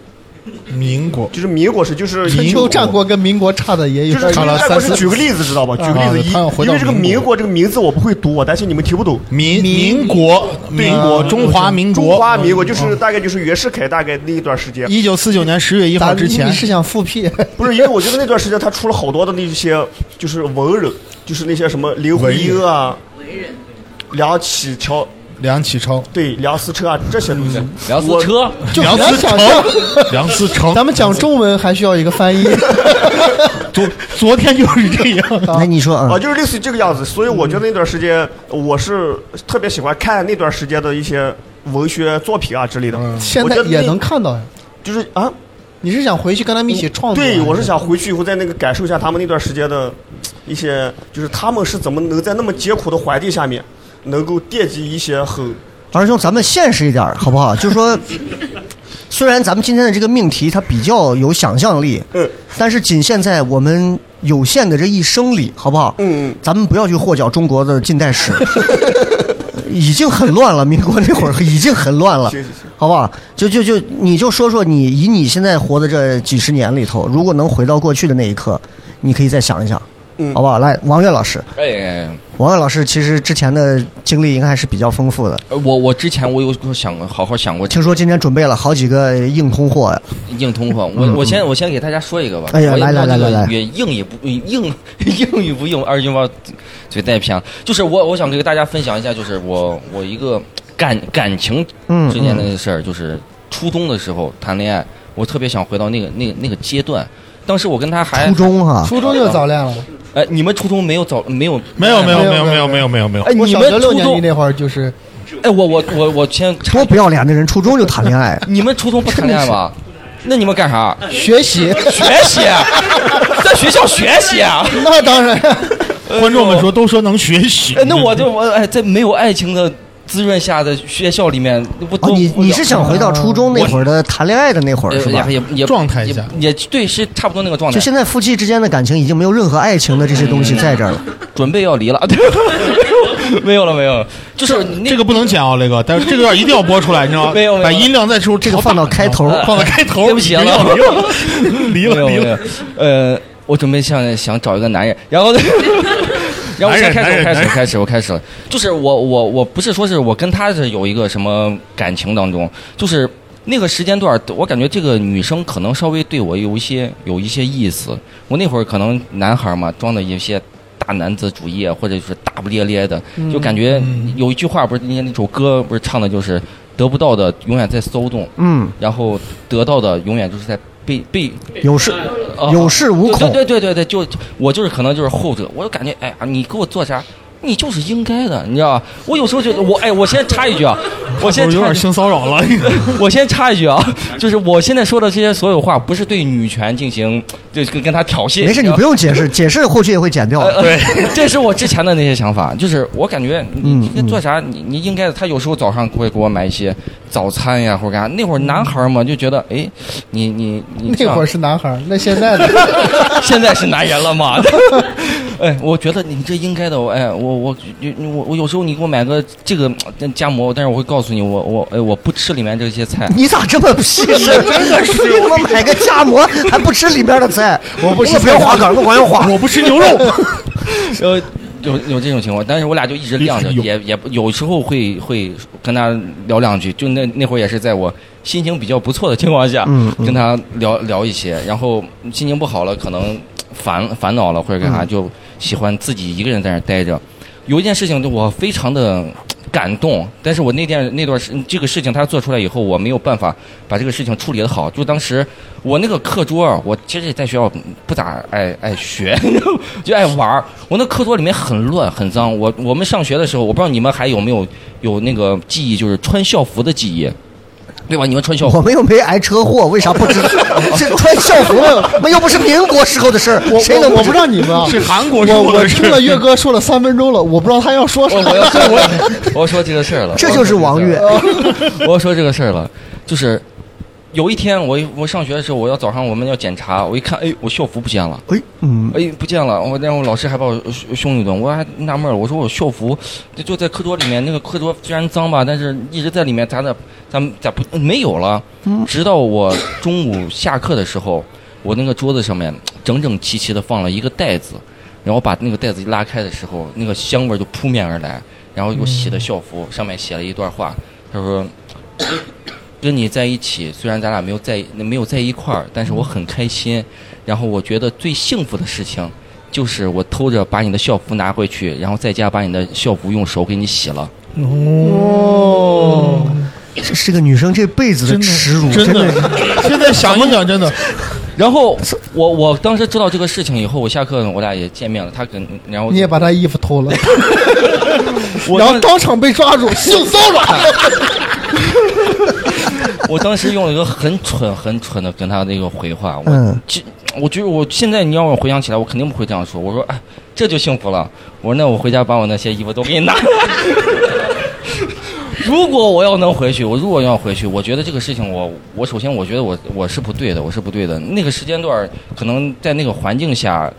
民国
就是民国时就是
春秋战。国跟民国差的也有
就
点
是
儿
春秋战国是举个例子知道吧？
嗯
举个例子，
啊他要
一
回
因
到
为这个
民
民国这个名字我不会读，我担心你们听不懂。
民民国，
对
民国，中华民国，嗯
中华民国就是大概就是袁世凯大概那一段时间，
一九四九年十月一号之前
你。是想复辟？
不是，因为我觉得那段时间他出了好多的那些就是文人，就是那些什么林徽因啊、梁启超、
梁启超，
对梁思成啊这些东西。
梁思车，
就
梁思
想
成
象，
梁思成，
咱们讲中文还需要一个翻译。
昨昨天就是这 样。
来，你说
嗯
啊，
啊，
就是类似于这个样子，所以我觉得那段时间我是特别喜欢看那段时间的一些文学作品啊之类的。
嗯现
我
在
觉得
也
那
能看到呀。
就是啊，
你是想回去跟他们一起创作？
对，我是想回去以后在那个感受一下他们那段时间的一些，就是他们是怎么能在那么艰苦的环境下面，能够惦记一些很
二师兄，咱们现实一点儿好不好？就 说，虽然咱们今天的这个命题它比较有想象力，
嗯
但是仅限在我们有限的这一生里，好不好？
嗯，
咱们不要去获奖中国的近代史，已经很乱了。民国那会儿已经很乱了
行行行，
好不好？就就就你就说说你以你现在活的这几十年里头，如果能回到过去的那一刻，你可以再想一想，
嗯
好不好？来，王悦老师，
哎，
王悦老师其实之前的经历应该还是比较丰富的。
呃我我之前我有想过，好好想过
听说今天准备了好几个硬通货呀，嗯
硬通货。我
嗯
我先我先给大家说一个吧。
哎呀
我也
来来来
不知道这个
来来
也硬也不硬硬与不硬，二斤包嘴带偏。就是我我想给大家分享一下，就是我我一个感感情
嗯
之间的事儿，就是初中的时候谈恋爱，我特别想回到那个那个那个阶段。当时我跟他还
初中
啊
哈
初中就早恋了。
哎，你们初中没有早没有
没有没有没有没有没有没有没有
哎，
我
你
小
们
学
初
六年级
中
那会儿就是
哎，我我我我 先。
多不要脸的人，初中就谈恋爱
你们初中不谈恋爱吧？那你们干啥？
学习，
学 习，在学校学习啊！
那当然，
观众们说都说能学习
哎，那我就我哎，在没有爱情的滋润下的学校里面，我
哦
都、，
你你是想回到初中那会儿的谈恋爱的那会儿
呃
是吧？
也也状态下也对，是差不多那个状态。
就现在夫妻之间的感情已经没有任何爱情的这些东西在这儿了。
准备 要离啊了，没有了没有了，就是
这个不能剪啊，雷哥，但是这个要一定要播出来，你知道吗？
没有没有
把音量再出，这个放到开
头
放到开头，
对不起啊，
要离了，离了
没有
离了
没有呃，我准备想想找一个男人，然后呢， 然后我现在开始，我开始，我开始，我开始了。就是我我我不是说是我跟她是有一个什么感情当中，就是那个时间段，我感觉这个女生可能稍微对我有一些有一些意思。我那会儿可能男孩嘛，装的一些。大男子主义啊或者就是大不咧咧的，
嗯
就感觉有一句话不是，人家那首歌不是唱的就是得不到的永远在骚动，
嗯，
然后得到的永远就是在被被
有恃
啊
有恃无
对
恐
对对对对，就我就是可能就是后者，我就感觉哎呀，你给我做啥？你就是应该的，你知道吧？我有时候觉得我哎，我先插一 句啊，我先
我有点性骚扰了。
我先插一句啊， 就是我现在说的这些所有话，不是对女权进行就是跟跟她挑衅。
没事，你不用解释，解释后期也会剪掉的。
对，呃 这是我之前的那些想法，就是我感觉你你做啥，你你应该，他有时候早上会给我买一些早餐呀或者干啥。那会儿男孩儿嘛，就觉得哎，你你你这
那
样
会儿是男孩儿，那现在的
现在是男人了嘛？ 哎，我觉得你这应该的。我哎，我我我我有时候你给我买个这个呃夹馍，但是我会告诉你，我我哎我不吃里面这些菜。
你咋这么皮实？
真的是
你怎么买个夹馍还不吃里边的菜？
我不吃
不要花杆，我要花。
我不吃牛肉。
呃，有有这种情况，但是我俩就一直晾着，也也不有时候会会跟他聊两句，就那那会儿也是在我心情比较不错的情况下，
嗯嗯
跟他聊聊一些，然后心情不好了，可能烦烦恼了或者干啥，
嗯
就喜欢自己一个人在那儿待着。有一件事情，我非常的感动，但是我那件那段时这个事情他做出来以后，我没有办法把这个事情处理的好。就当时我那个课桌啊，我其实也在学校不咋爱爱学， 就爱玩儿我那课桌里面很乱很脏。我我们上学的时候，我不知道你们还有没有有那个记忆，就是穿校服的记忆，对吧？你们穿校服
我们又没挨车祸，为啥不 知道？这穿校服的，那又不是民国时候的事儿
我，
谁能
我我
知
不知道你们啊，
说
我我听了岳哥说了三分钟了，我不知道他要说啥。
哦我要说 我要说这个事儿了，
这就是王
我
悦
要说这个事 儿。我要说这个事儿了，就是有一天我我上学的时候，我要早上我们要检查，我一看，哎，我校服不见了。
哎，嗯，
哎，不见了！我然后老师还把我凶凶一顿，我还纳闷儿，我说我校服就就在课桌里面，那个课桌虽然脏吧，但是一直在里面，咋咋咱们咋不没有了？直到我中午下课的时候，我那个桌子上面整整齐齐的放了一个袋子，然后把那个袋子一拉开的时候，那个香味儿就扑面而来，然后我洗的校服上面写了一段话，他说。 跟你在一起，虽然咱俩没有在没有在一块儿，但是我很开心。然后我觉得最幸福的事情，就是我偷着把你的校服拿回去，然后在家把你的校服用手给你洗了。
哦，这是个女生这辈子的耻辱，真的。
现在想一想，真的。
然后我我当时知道这个事情以后，我下课我俩也见面了，他跟然后
你也把他衣服偷了，
我
然后当场被抓住性骚 扰。
我当时用了一个很蠢、很蠢的跟他那个回话，我
嗯
就我觉得我现在你让我回想起来，我肯定不会这样说。我说哎，这就幸福了。我说那我回家把我那些衣服都给你拿。 如果我要能回去，我如果要回去，我觉得这个事情我，我首先我觉得我我是不对的，我是不对的。那个时间段儿可能在那个环境下，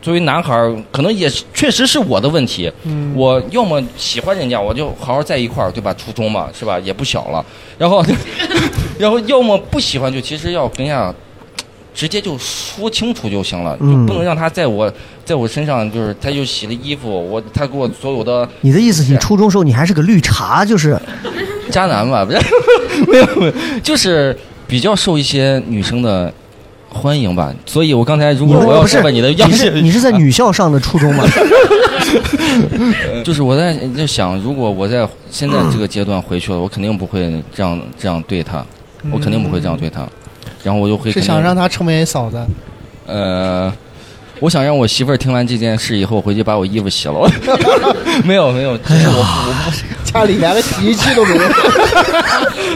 作为男孩儿，可能也是确实是我的问题。
嗯
我要么喜欢人家，我就好好在一块儿，对吧？初中嘛，是吧？也不小了。然后，然后要么不喜欢，就其实要跟人家直接就说清楚就行了，
嗯
就不能让他在我在我身上，就是他就洗了衣服，我他给我所有的
你的意思，你初中时候你还是个绿茶，就是
渣男吧，不是，没有，没有，就是比较受一些女生的欢迎吧。所以我刚才如果我要
不是
再问你的，要
你是你是在女校上的初中吗？
就是我在就想，如果我在现在这个阶段回去了，我肯定不会这样这样对他，我肯定不会这样对他。然后我就会
是
肯定
想让她成为嫂子。
呃，我想让我媳妇儿听完这件事以后，回去把我衣服洗了。 没有没有，就是
哎
我我
家里连个洗衣机都没有。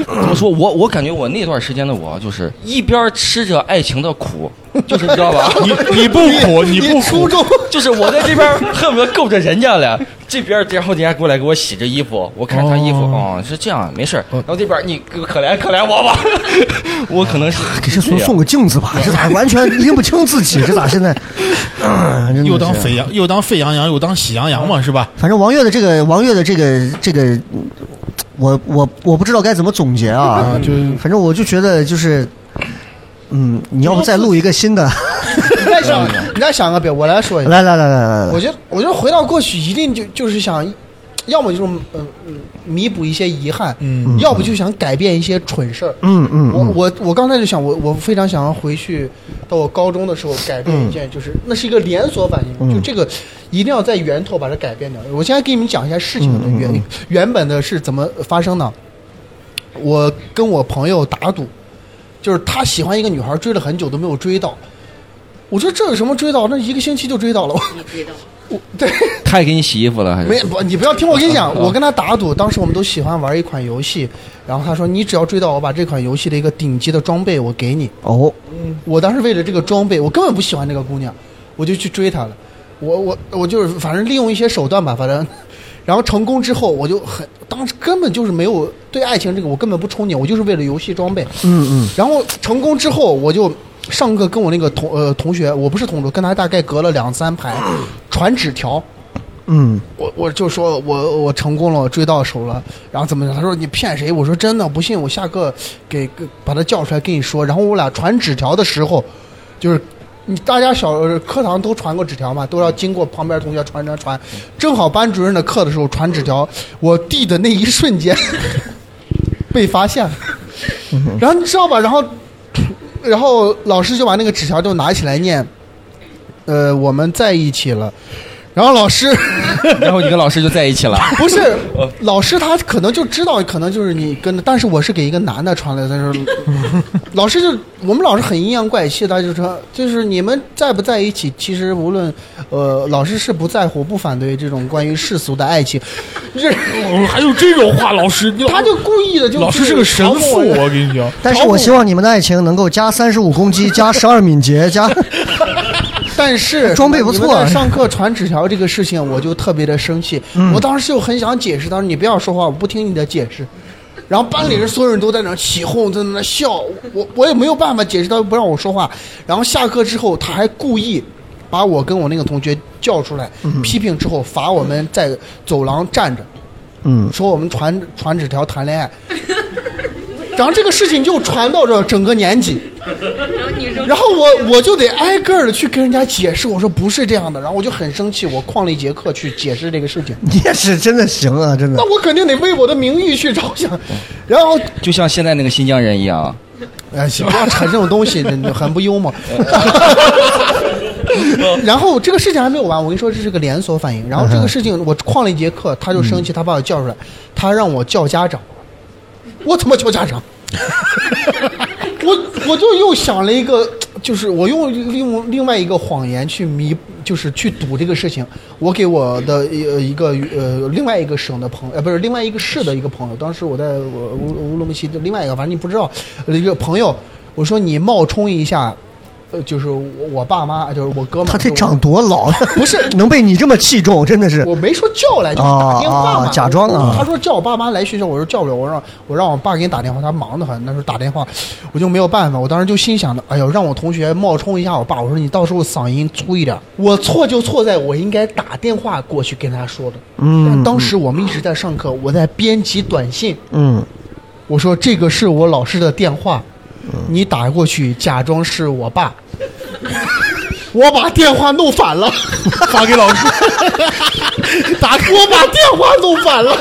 怎么说？我我感觉我那段时间的我，就是一边吃着爱情的苦， 就是你知道 吧？
你你不苦你不苦你初中
就是我在这边 恨不得够着人家了，这边然后人家过来给我洗着衣服，我看他衣服哦是这样，没事儿。
哦
然后这边你可怜可怜我吧， 我可能是
给这孙送个镜子吧，这咋完全拎不清自己？这咋现在？啊
嗯
真的是
又当沸羊，又当沸羊羊，又当喜羊羊嘛，是吧？
反正王悦的这个，王悦的这个，这个，嗯我我我不知道该怎么总结啊。
啊就
反正我就觉得就是，嗯，你要不再录一个新的？
你再想，
嗯
你再想个别，我来说一下。
来来来来来来，
我觉得，我觉得回到过去，一定就就是想，要么就是嗯嗯弥补一些遗憾，
嗯
要不就想改变一些蠢事儿。
嗯嗯
我我我刚才就想，我我非常想要回去到我高中的时候改变一件，就是、那是一个连锁反应，
嗯
就这个一定要在源头把它改变掉。我现在给你们讲一下事情的原、原本的是怎么发生的。我跟我朋友打赌，就是他喜欢一个女孩，追了很久都没有追到。我说这有什么追到？那一个星期就追到了。
你知道吗？
他也给你洗衣服了，还是
没不，你不要听我跟你讲，
啊
我跟他打赌，当时我们都喜欢玩一款游戏，然后他说你只要追到我把这款游戏的一个顶级的装备我给你。
哦，
我当时为了这个装备，我根本不喜欢这个姑娘，我就去追她了。我我我就是反正利用一些手段吧，反正，嗯然后成功之后，我就很当时根本就是没有对爱情这个我根本不憧憬，我就是为了游戏装备。
嗯嗯，
然后成功之后，我就上课跟我那个同呃同学，我不是同桌，跟他大概隔了两三排，传纸条。
嗯
我我就说我我成功了，我追到手了，然后怎么着？他说你骗谁？我说真的，不信我下课给给把他叫出来跟你说。然后我俩传纸条的时候，就是你大家小呃课堂都传过纸条嘛，都要经过旁边同学传传传，正好班主任的课的时候传纸条，我递的那一瞬间 被发现了，然后你知道吧？然后然后老师就把那个纸条就拿起来念，呃，我们在一起了。然后老师
然后你跟老师就在一起了。
不是，老师他可能就知道，可能就是你跟，但是我是给一个男的传来的，他说， 老师就我们老师很阴阳怪气，他就说，就是你们在不在一起，其实无论，呃，老师是不在乎、不反对这种关于世俗的爱情，这
哦还有这种话，老师，
他就故意的就
老师是个神父，我跟你讲。
但是我希望你们的爱情能够加三十五公斤，加十二敏 捷，加
但是
装备不
你
错
们
啊
在上课传纸条这个事情，我就特别的生气。
嗯
我当时就很想解释，当时你不要说话，我不听你的解释。然后班里人所有人都在那起哄，在那笑，我我也没有办法解释，他又不让我说话。然后下课之后，他还故意把我跟我那个同学叫出来，批评之后罚我们在走廊站着，
嗯
说我们传传纸条谈恋爱。然后这个事情就传到这整个年级。
然后你扔，
然后我我就得挨个儿的去跟人家解释，我说不是这样的，然后我就很生气，我旷了一节课去解释这个事情，
你也是真的行啊，真的
那。我肯定得为我的名誉去着想，然后
就像现在那个新疆人一样，
哎，行，不要扯这种东西，真的很不幽默。 然后这个事情还没有完，我跟你说这是个连锁反应。然后这个事情我旷了一节课，他就生气，他把我叫出来，他让我叫家长，我他妈叫家长，我我就又想了一个，就是我用另另外一个谎言去弥，就是去赌这个事情。我给我的呃一个呃另外一个省的朋友，呃不是另外一个市的一个朋友，当时我在我乌乌鲁木齐的另外一个，反正你不知道呃一个朋友，我说你冒充一下，呃就是我我爸妈，就是我哥们儿，
他这
就
长多老，
不是
能被你这么器重，真的是。
我没说叫来，就是打电话
啊
嘛。
啊假装啊
他说叫我爸妈来学校，我说叫不了，我让我让我爸给你打电话，他忙得很，那时候打电话，我就没有办法。我当时就心想着，哎呦，让我同学冒充一下我爸，我说你到时候嗓音粗一点。我错就错在我应该打电话过去跟他说的。
嗯
但当时我们一直在上课，我在编辑短信，
嗯
我说这个是我老师的电话，你打过去假装是我爸。我把电话弄反了，
发给老师，
打 我把电话弄反了。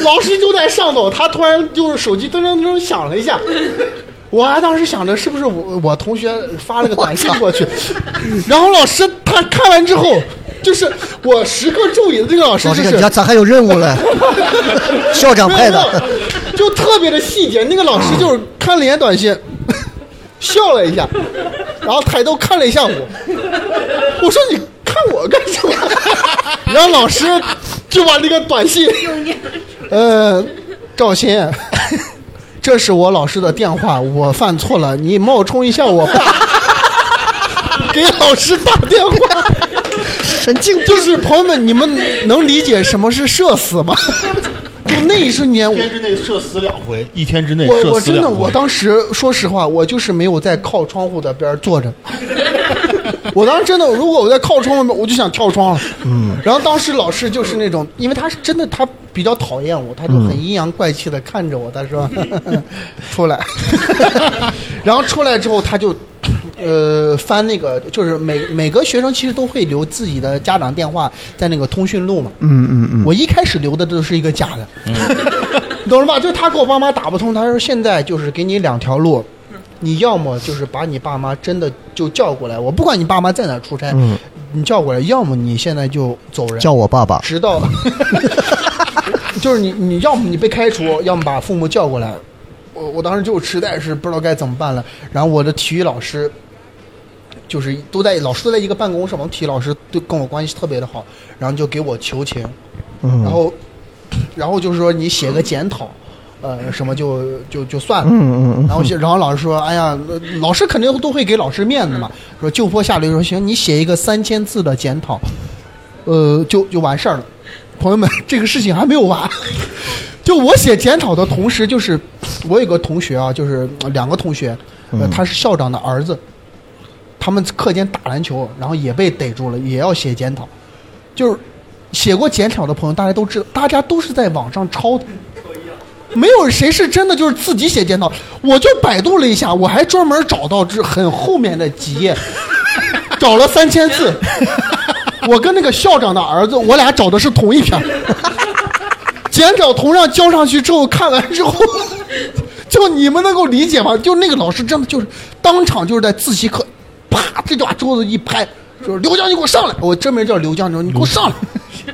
老师就在上头，他突然就是手机噔噔噔响了一下，我还当时想着是不是我我同学发了个短信过去，然后老师他看完之后，就是我时刻注意的这个老师
老
就
师，
是
咱咱还有任务 了，校长派的，
就特别的细节。那个老师就是看了一眼短信， 笑了一下，然后抬头看了一下我，我说你看我干什么？ 然后老师就把那个短信，呃，赵鑫， 这是我老师的电话，我犯错了，你冒充一下我爸， 给老师打电话。 神经病！就是朋友们，你们能理解什么是社死吗？ 就那一瞬间，我
一天之内社死两回，一天之内社死
我我真的，
两回
我当时说实话，我就是没有在靠窗户的边儿坐着。 我当时真的，如果我在靠窗户边，我就想跳窗了。嗯，然后当时老师就是那种，因为他是真的，他比较讨厌我，他就很阴阳怪气的看着我，他说：“ 出来。” 然后出来之后，他就。呃，翻那个就是每每个学生其实都会留自己的家长电话在那个通讯录嘛。
嗯嗯嗯，
我一开始留的都是一个假的， 你懂了吧？就是他给我爸妈打不通，他说现在就是给你两条路，你要么就是把你爸妈真的就叫过来，我不管你爸妈在哪儿出差，
嗯
你叫过来，要么你现在就走人，
叫我爸爸，
直到， 就是你你要么你被开除，要么把父母叫过来。我我当时就实在是不知道该怎么办了。然后我的体育老师，就是都在老师都在一个办公室嘛，我们体育老师对跟我关系特别的好，然后就给我求情，
嗯
然后 然后就是说你写个检讨。呃，什么就就就算了，
嗯嗯嗯
然后就然后老师说，哎呀，呃老师肯定都会给老师面子嘛，说就坡下驴说行，你写一个三千字的检讨，呃，就就完事儿了。朋友们，这个事情还没有完。 就我写检讨的同时，就是我有个同学啊，就是呃两个同学，呃，
嗯
他是校长的儿子，他们课间打篮球，然后也被逮住了，也要写检讨。就是写过检讨的朋友，大家都知道，大家都是在网上抄的。没有谁是真的就是自己写检讨，我就百度了一下，我还专门找到这很后面的几页， 找了三千字。我跟那个校长的儿子，我俩找的是同一篇。检讨同样交上去之后，看完之后，就你们能够理解吗？就那个老师真的就是当场就是在自习课，啪，这就把桌子一拍，就是刘江，你给我上来！我真名叫刘江，你说你给我上来！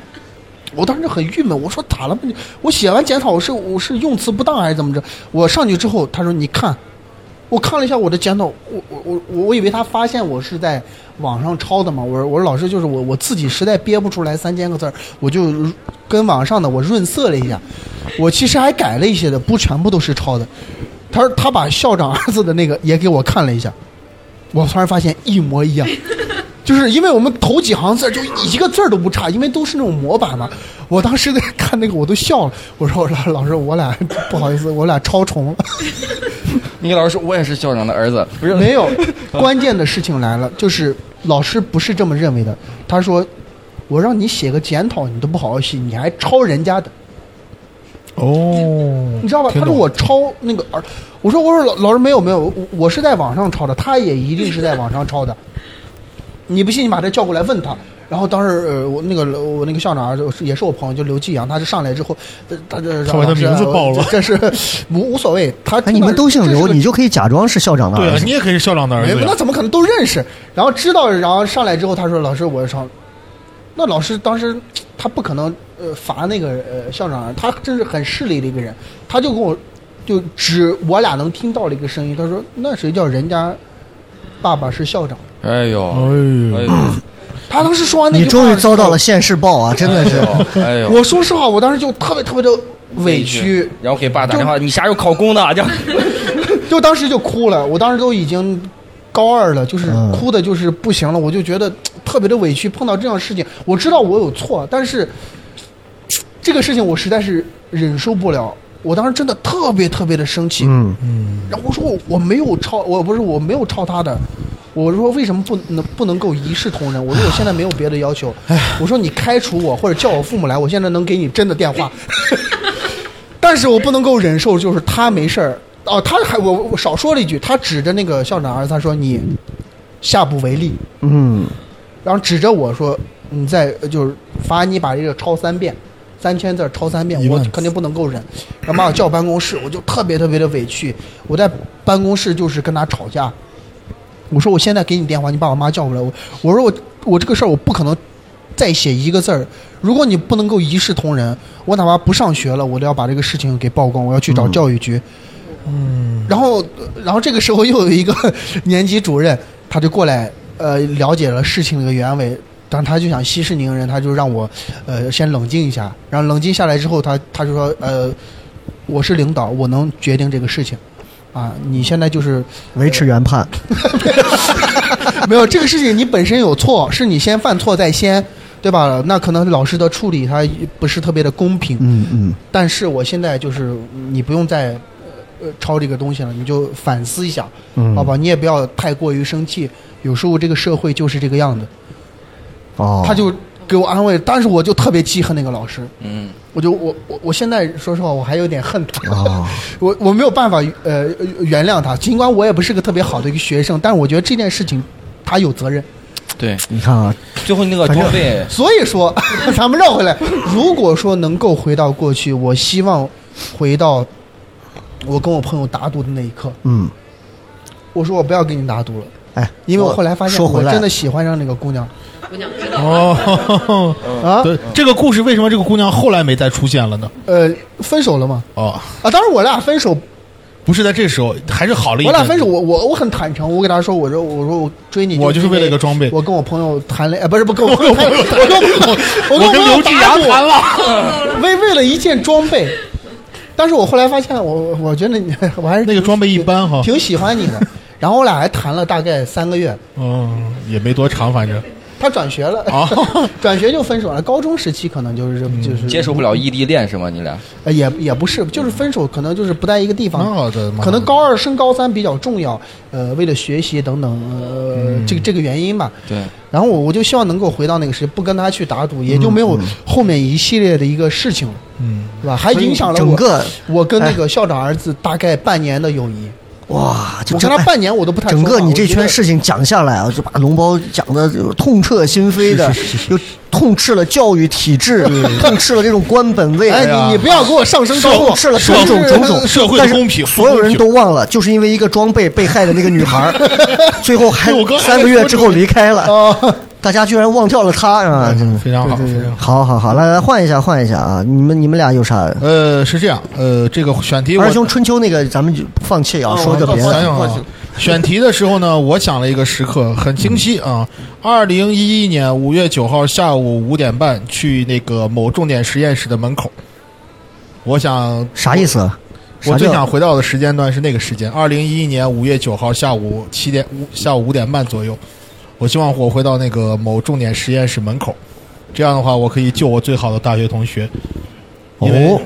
我当时很郁闷，我说咋了？我写完检讨，我是我是用词不当还是怎么着？我上去之后，他说你看，我看了一下我的检讨，我我我我我以为他发现我是在网上抄的嘛，我说我说老师就是我我自己实在憋不出来三千个字儿，我就跟网上的我润色了一下，我其实还改了一些的，不全部都是抄的。他说他把校长儿子的那个也给我看了一下，我突然发现一模一样，就是因为我们头几行字儿就一个字儿都不差，因为都是那种模板嘛。我当时在看那个我都笑了，我说老老师我俩不好意思，我俩抄重了。
你给老师说，我也是校长的儿子，不是
没 有，关键的事情来 了，就是老师不是这么认为的。他说：“我让你写个检讨，你都不好好写，你还抄人家的，
哦，
你知道吧？”
听
他
懂
说：“我抄那个儿。”啊我说：“我说老老师没有没有，我我是在网上抄的，他也一定是在网上抄的。你不信，你把他叫过来问他。”然后当时呃，我那个我那个校长儿子也是我朋友，就刘继阳，他是上来之后，呃他这
他把他名字报了
啊这是无无所谓。他
哎，你们都姓
这是
刘，
个
你就可以假装是校长的
对
儿
啊，
子
你。也可以是校长的儿
没
子
有，
呀
那。怎么可能都认识？然后知道，然后上来之后，他说：“老师，我上。”那老师当时他不可能呃罚那个呃校长，他真是很势利的一个人，他就跟我就只我俩能听到了一个声音，他说：“那谁叫人家爸爸是校长
哎呦，
哎
哎
呦
呦，？”
他当嗯时说完那
你
句话
终于遭到了
之
现世报啊！真的是，
哎呦，
后，我说实话，我当时就特别特别的委屈，
然后给爸打电话，你啥时候考公的？这样，
就当时就哭了，我当时都已经高二了，就是
嗯
哭的，就是不行了，我就觉得特别的委屈，碰到这样的事情，我知道我有错，但是这个事情我实在是忍受不了，我当时真的特别特别的生气，
嗯，
然后我说我我没有抄，我不是我没有抄他的，我说为什么不能不能够一视同仁？我说我现在没有别的要求，我说你开除我或者叫我父母来，我现在能给你真的电话，但是我不能够忍受就是他没事儿哦，他还我我少说了一句，他指着那个校长儿子他说你下不为例，
嗯，
然后指着我说你在就是罚你把这个抄三遍。三千字儿抄三遍
一，
我
万
肯定不能够忍。然后把我叫办公室，我就特别特别的委屈。我在办公室就是跟他吵架，我说我现在给你电话，你把我妈叫过来。我我说我我这个事儿我不可能再写一个字儿。如果你不能够一视同仁，我哪怕不上学了，我都要把这个事情给曝光，我要去找教育局。嗯，然后然后这个时候又有一个年级主任，他就过来呃了解了事情的原委。当然，他就想息事宁人，他就让我，呃，先冷静一下。然后冷静下来之后，他他就说，呃，我是领导，我能决定这个事情，啊，你现在就是呃
维持原判。
没有这个事情，你本身有错，是你先犯错在先，对吧？那可能老师的处理他不是特别的公平。
嗯嗯，
但是我现在就是，你不用再呃抄这个东西了，你就反思一下，
嗯
好吧？你也不要太过于生气，有时候这个社会就是这个样子。
哦，
他就给我安慰，当时我就特别记恨那个老师。
嗯，
我就我我我现在说实话，我还有点恨 他，
啊
哦
我我没有办法呃原谅他。尽管我也不是个特别好的一个学生，但是我觉得这件事情他有责任。
对，
你看啊，
最后那个装备，
所以说，咱们绕回来，如果说能够回到过去，我希望回到我跟我朋友打赌的那一刻。
嗯，
我说我不要跟你打赌了，
哎，
因为我后来发现
说回
我
来
真的喜欢上那个姑娘。
哦，
啊
对，这个故事为什么这个姑娘后来没再出现了呢？
呃，分手了嘛？
哦，
啊，当然我俩分手
不是在这时候，还是好了一
我
点。
俩分手，我我我很坦诚，我给他说，我说我说我追你，
我就是为了一个装备
我跟我朋友谈恋爱，哎不是不跟我
我跟我朋友谈
我跟我朋友我跟
我跟
朋友
刘志
打
阳
赌
谈了，
为为了一件装备。但是我后来发现，我我觉得你我还是
那个装备一般哈，
挺喜欢你 的，然后我俩还谈了大概三个月，
嗯，也没多长，反正
他转学了，
哦
转学就分手了。高中时期可能就是就是
嗯接受不了异地恋是吗？你俩
呃，也也不是，就是分手可能就是不在一个地方，
那的妈的
可能高二升高三比较重要，呃，为了学习等等，呃，
嗯
这个这个原因吧。
对，
然后我我就希望能够回到那个时间，不跟他去打赌，也就没
嗯
有后面一系列的一个事情了，
嗯，
是吧？还
所以
影响了
整
我
个哎
我跟那个校长儿子大概半年的友谊。
哇，啊就
我跟他
这哎
半年我都不太
整
说
个
话
你
我
这
觉
圈
得
事情讲下来啊，就把龙包讲的痛彻心扉的，又痛斥了教育体制，痛斥了这种官本位，啊
哎，你你不要给我上升到
痛斥了
社
种
会
种种种
社会
但是
公平
所有人都忘了，就是因为一个装备被害的那个女孩儿， 最后还
对我刚才
三个月
说啊
之后离开了，
哦，
大家居然忘掉了她啊！真的
哎非常好，
对对对
非常好。
好好好，来来换一下换一下啊！你们你们俩有啥？
呃，是这样，呃，这个选题我
二兄春秋那个咱们就放弃啊，说个别
想
的。
想啊，选题的时候呢，我想了一个时刻，很清晰啊。二零一一年五月九号下午五点半，去那个某重点实验室的门口。我想，
啥意思？
我
啥
最
叫
想回到的时间段是那个时间，二零一一年五月九号下午七点五下午五点半左右。我希望我回到那个某重点实验室门口，这样的话，我可以救我最好的大学同学。因为
哦，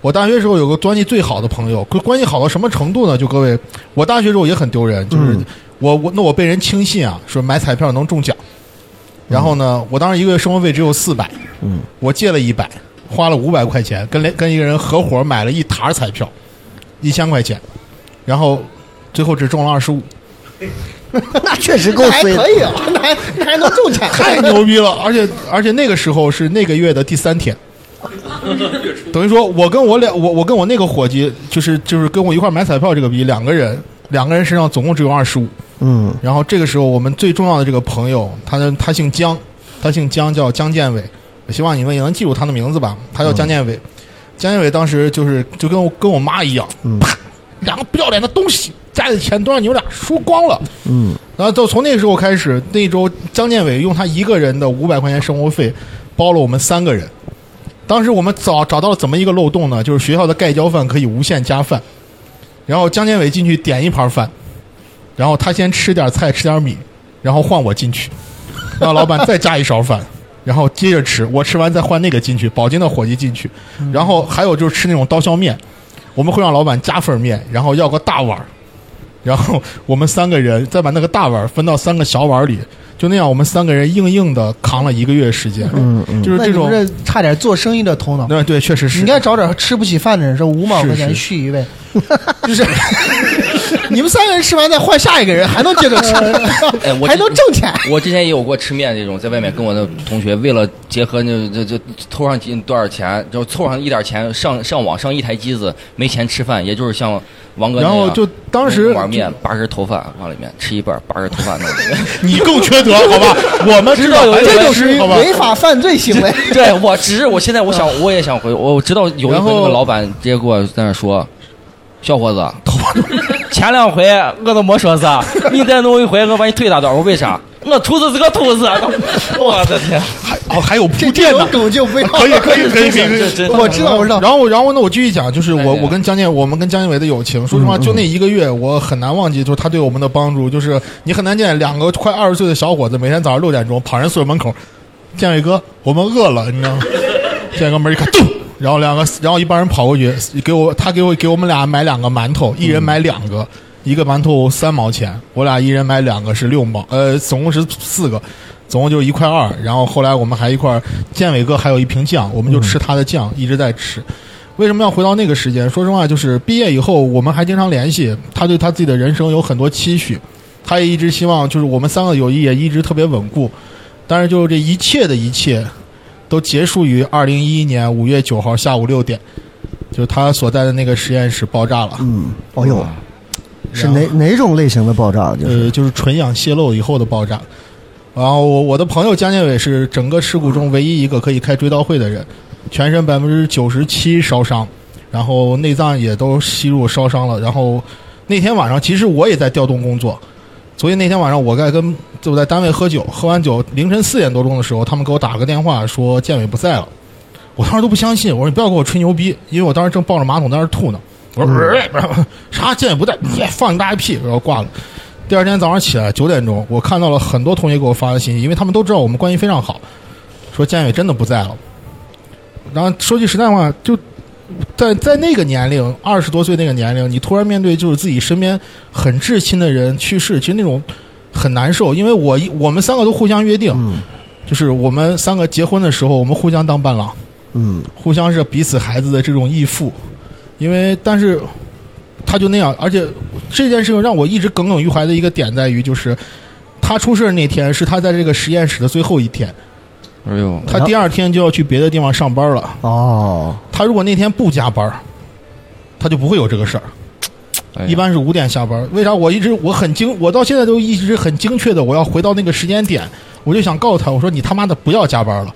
我大学时候有个关系最好的朋友，关关系好到什么程度呢？就各位，我大学时候也很丢人，就是
嗯
我我那我被人轻信啊，说买彩票能中奖，然后呢，我当时一个月生活费只有四百，
嗯，
我借了一百，花了五百块钱，跟连跟一个人合伙买了一沓彩票，一千块钱，然后最后只中了二十五，
那确实够
那还
衰的
可。以啊，那还那还能中 奖，
太牛逼了！而且而且那个时候是那个月的第三天，等于说我跟我俩我我跟我那个伙计就是就是跟我一块买彩票这个逼，两个人两个人身上总共只有二十五。
嗯，
然后这个时候我们最重要的这个朋友，他呢他姓江，他姓江叫江建伟，我希望你们也能记住他的名字吧，
嗯
他叫江建伟。江建伟当时就是就跟我跟我妈一样，
嗯
啪，两个不要脸的东西，家里的钱都让你们俩输光了。
嗯，
然后就从那时候开始，那周江建伟用他一个人的五百块钱生活费，包了我们三个人。当时我们找找到了怎么一个漏洞呢？就是学校的盖浇饭可以无限加饭，然后江建伟进去点一盘饭，然后他先吃点菜吃点米，然后换我进去，让老板再加一勺饭， 然后接着吃，我吃完再换那个进去，保金的伙计进去，然后还有就是吃那种刀削面，我们会让老板加份面，然后要个大碗儿，然后我们三个人再把那个大碗儿分到三个小碗儿里，就那样我们三个人硬硬的扛了一个月时间，
嗯嗯
就是
那
这
你不
种。
是差点做生意的头 脑。
对对，确实是。
你应该找点吃不起饭的人，说五毛块钱
是是
续一位，
就是
你们三个人吃完再换下一个人，还能接着吃，
哎，我
还能挣钱。
我之前也有过吃面这种，在外面跟我的同学为了结合那这这凑上几多少钱，就凑上一点钱上上网上一台机子，没钱吃饭，也就是像王哥那
然
样，
后就当时
玩面八根头发往里面吃一半，八根头发弄里面。
你 更缺德，好吧？我们知道有一个
这就
吃
是
好吧
违法犯罪行为。
对我只是我现在我想我也想回，我知道有一回
然后
那个老板直接给我在那说，小伙子，头发都前两回我都没说啥，你再弄一回我把你腿打断，我说为啥？我兔子是个兔子，啊我的天！
哦，还有铺垫呢，
梗就不要。
可以可以可 以可以
这
可以，
真
我知道我知道
然后然后呢，我继续讲，就是我我跟江建，我们跟江建伟的友情，说实话，就那一个月，我很难忘记，就是他对我们的帮助，就是你很难见两个快二十岁的小伙子，每天早上六点钟跑人宿舍门口，建伟哥，我们饿了，你知道吗？ 建伟哥门一开，咚。然后两个，然后一帮人跑过去，给我他给我给我们俩买两个馒头，一人买两个，一个馒头三毛钱，我俩一人买两个是六毛，呃，总共是四个，总共就一块二。然后后来我们还一块儿，建伟哥还有一瓶酱，我们就吃他的酱，一直在吃。为什么要回到那个时间？说实话，就是毕业以后，我们还经常联系。他对他自己的人生有很多期许，他也一直希望，就是我们三个友谊也一直特别稳固。但是，就是这一切的一切，都结束于二零一一年五月九号下午六点，就是他所在的那个实验室爆炸了。嗯
嗯，哦呦，是哪哪种类型的爆炸？就是
呃，就是纯氧泄漏以后的爆炸。然后我我的朋友江建伟是整个事故中唯一一个可以开追悼会的人，全身百分之九十七烧伤，然后内脏也都吸入烧伤了。然后那天晚上，其实我也在调动工作，所以那天晚上我在跟就在单位喝酒，喝完酒凌晨四点多钟的时候，他们给我打个电话说建伟不在了。我当时都不相信，我说你不要给我吹牛逼，因为我当时正抱着马桶在那儿吐呢。我说、呃啥建伟不在，耶放你大爷屁，然后挂了。第二天早上起来九点钟，我看到了很多同学给我发的信息，因为他们都知道我们关系非常好，说建伟真的不在了。然后说句实在话，就在在那个年龄，二十多岁那个年龄，你突然面对就是自己身边很至亲的人去世，其实那种很难受。因为我一我们三个都互相约定，就是我们三个结婚的时候，我们互相当伴郎，
嗯，
互相是彼此孩子的这种义父。因为但是他就那样，而且这件事情让我一直耿耿于怀的一个点在于，就是他出事儿那天是他在这个实验室的最后一天，
哎呦，
他第二天就要去别的地方上班了。
哦，
他如果那天不加班儿，他就不会有这个事儿。
哎呀
一般是五点下班儿，为啥？我一直我很精，我到现在都一直很精确的，我要回到那个时间点，我就想告诉他，我说你他妈的不要加班了，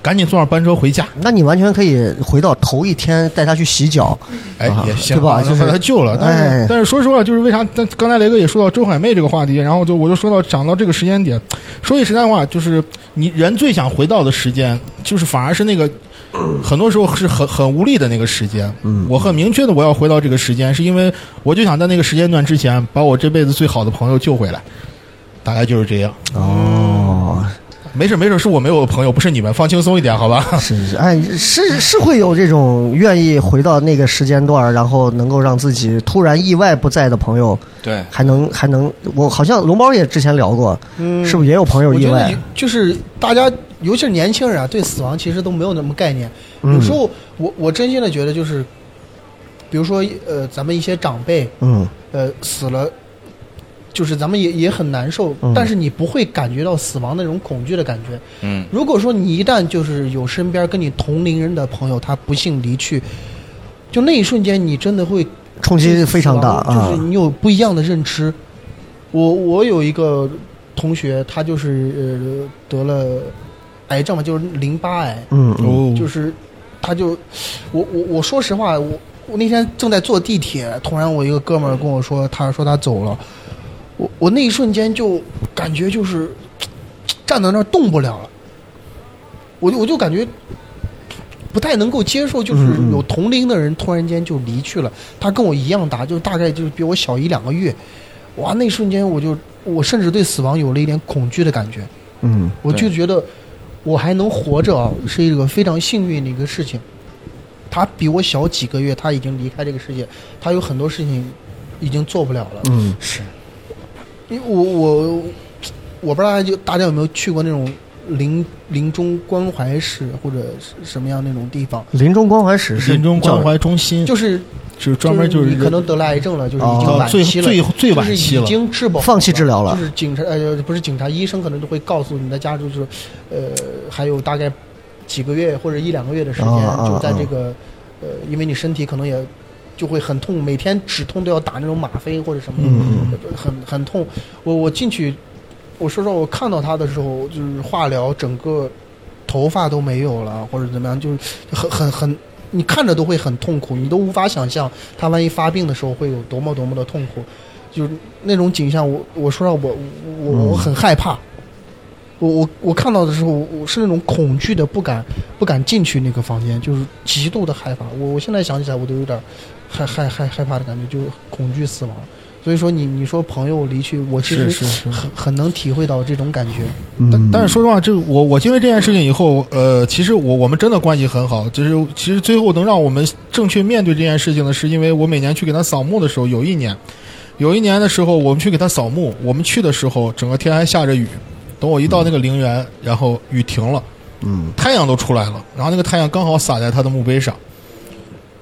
赶紧坐上班车回家。
那你完全可以回到头一天带他去洗脚，
哎
啊，
也行
对吧？
把他
就是
把他救了。但是、
哎，
但是说实话，就是为啥？但刚才雷哥也说到周海媚这个话题，然后就我就说到讲到这个时间点，说句实在话，就是你人最想回到的时间，就是反而是那个。很多时候是很很无力的那个时间，
嗯
我很明确的我要回到这个时间，是因为我就想在那个时间段之前把我这辈子最好的朋友救回来，大概就是这样。
哦，
没事没事，是我没有朋友，不是你们，放轻松一点，好吧？
是是，哎，是是会有这种愿意回到那个时间段儿，然后能够让自己突然意外不在的朋友，
对，
还能还能，我好像龙猫也之前聊过，
嗯
是不是也有朋友
我
意
觉得
外
你？就是大家，尤其是年轻人啊，对死亡其实都没有那么概念。
嗯
有时候，我我真心的觉得就是，比如说呃，咱们一些长辈
嗯
呃死了，就是咱们也也很难受，
嗯
但是你不会感觉到死亡那种恐惧的感觉。
嗯，
如果说你一旦就是有身边跟你同龄人的朋友他不幸离去，就那一瞬间你真的会
冲击非常大
对死亡
啊
就是你有不一样的认知。我我有一个同学，他就是呃得了癌症嘛，就是淋巴癌，
嗯嗯
哦
就是他就我我我说实话，我我那天正在坐地铁，突然我一个哥们儿跟我说，他说他走了，我我那一瞬间就感觉就是站在那儿动不了了，我就我就感觉不太能够接受，就是
嗯嗯
有同龄的人突然间就离去了，他跟我一样大，就大概就是比我小一两个月，哇，那一瞬间我就我甚至对死亡有了一点恐惧的感觉，
嗯，
我就觉得我还能活着啊，是一个非常幸运的一个事情。他比我小几个月，他已经离开这个世界，他有很多事情已经做不了了。
嗯，
是。因为我我我不知道大家有大家有没有去过那种临临终关怀室或者是什么样那种地方，
临终关怀室是
临终
叫
关怀中心
就是
就是专门就是
你可能得了癌症了，就是已经
哦
晚期了，
最最最晚期
就是
了
已经治不好
放弃治疗了
就是警察呃不是警察，医生可能就会告诉你的家属，就是呃还有大概几个月或者一两个月的时间，
哦哦
就在这个呃，因为你身体可能也就会很痛，每天止痛都要打那种吗啡或者什么的，
嗯
很很痛。我我进去，我说实话，我看到他的时候，就是化疗整个头发都没有了，或者怎么样，就是很很很，你看着都会很痛苦，你都无法想象他万一发病的时候会有多么多么的痛苦，就是那种景象，我我说实话，我我我我很害怕。我我我看到的时候，我是那种恐惧的，不敢不敢进去那个房间，就是极度的害怕。我我现在想起来，我都有点害害害害怕的感觉，就是恐惧死亡。所以说你，你说朋友离去，我其实
是是是
很很能体会到这种感觉。
但但是说实话，这个我我经历这件事情以后，呃，其实我我们真的关系很好。就是其实最后能让我们正确面对这件事情的，是因为我每年去给他扫墓的时候，有一年，有一年的时候我们去给他扫墓，我们去的时候整个天还下着雨，等我一到那个陵园，然后雨停了，
嗯，
太阳都出来了，然后那个太阳刚好洒在他的墓碑上。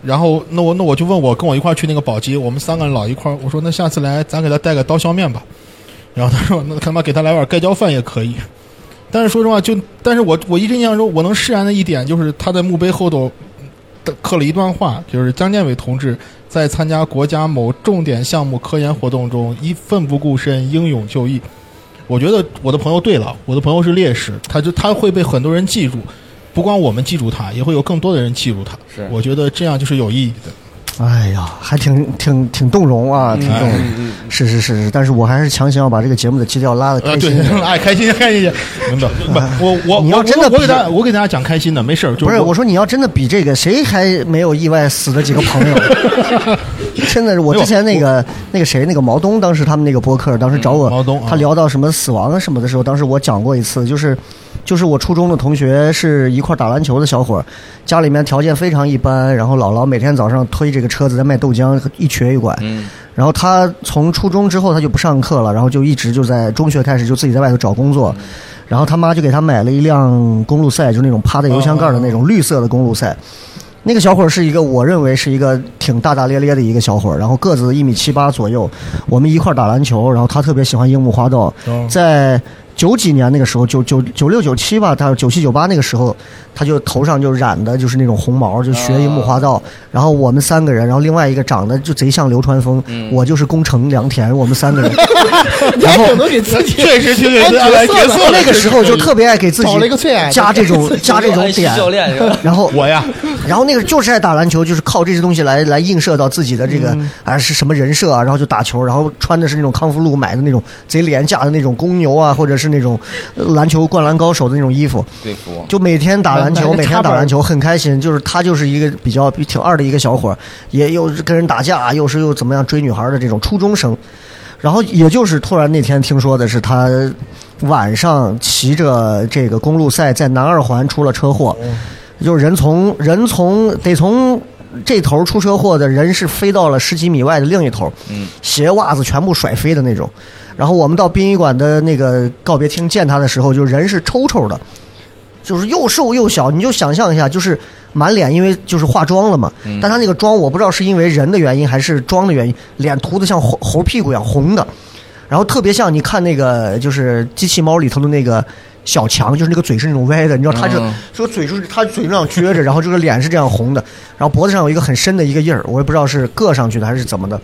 然后那我那我就问我跟我一块儿去那个宝鸡，我们三个人老一块儿，我说那下次来咱给他带个刀削面吧。然后他说那他妈给他来碗盖浇饭也可以。但是说实话，就但是我我一直印象中，我能释然的一点就是他在墓碑后头嗯刻了一段话，就是张建伟同志在参加国家某重点项目科研活动中，一奋不顾身，英勇就义。我觉得我的朋友对了，我的朋友是烈士，他就他会被很多人记住，不光我们记住他，也会有更多的人记住他。
是
我觉得这样就是有意义的。
哎呀，还挺挺挺动容
嗯
啊，挺动
哎
容。是是是是，但是我还是强行要把这个节目的基调拉的
呃，
嗯开
对
心一，点。
哎，开心，开心，明白？不， 我我
你要
我
真的
我
比
我给大家我给大家讲开心的，没事儿。就
不是，我说你要真的比这个，谁还没有意外死的几个朋友？真的是，我之前那个那个谁，那个毛东，当时他们那个播客，当时找我，
毛东啊
他聊到什么死亡啊什么的时候，当时我讲过一次，就是就是我初中的同学是一块打篮球的小伙儿，家里面条件非常一般，然后姥姥每天早上推这个车子在卖豆浆，一瘸一拐。
嗯，
然后他从初中之后他就不上课了，然后就一直就在中学开始就自己在外头找工作，然后他妈就给他买了一辆公路赛，就是那种趴在油箱盖儿的那种绿色的公路赛。那个小伙儿是一个，我认为是一个挺大大咧咧的一个小伙儿，然后个子一米七八左右。我们一块儿打篮球，然后他特别喜欢樱木花道，
哦
在九几年那个时候，九九九六九七吧，他九七九八那个时候，他就头上就染的就是那种红毛，就学樱木花
啊
道。然后我们三个人，然后另外一个长得就贼像流川枫，
嗯
我就是宫城良田，我们三个 人。
你还挺能给自己哎
确实挺给
安
自己安角色
的
了
那个时候就特别爱给自己
找了一个最矮的
加这种
给自己
加这 种点
教练是吧，
然后
我呀，
然后那个就是爱打篮球，就是靠这些东西来来映射到自己的这个
嗯
啊、是什么人设啊，然后就打球，然后穿的是那种康复路买的那种贼廉价的那种公牛啊，或者是那种呃篮球灌篮高手的那种衣服，
对服。
就每天打篮
买买
球，
个
每天
插板
打篮球很开心。就是他就是一个比较比挺二的一个小伙儿，也又是跟人打架，又是又怎么样追女孩的这种初中生。然后也就是突然那天听说的是他晚上骑着这个公路赛在南二环出了车祸，就是人从人从得从。这头出车祸的人是飞到了十几米外的另一头，鞋袜子全部甩飞的那种。然后我们到殡仪馆的那个告别厅见他的时候，就人是抽抽的，就是又瘦又小，你就想象一下，就是满脸因为就是化妆了嘛，但他那个妆我不知道是因为人的原因还是妆的原因，脸涂的像猴猴屁股一样红的，然后特别像你看那个就是机器猫里头的那个小强，就是那个嘴是那种歪的，你知道他是、
嗯
说嘴就是他嘴这样撅着，然后这个脸是这样红的，然后脖子上有一个很深的一个印儿，我也不知道是硌上去的还是怎么的。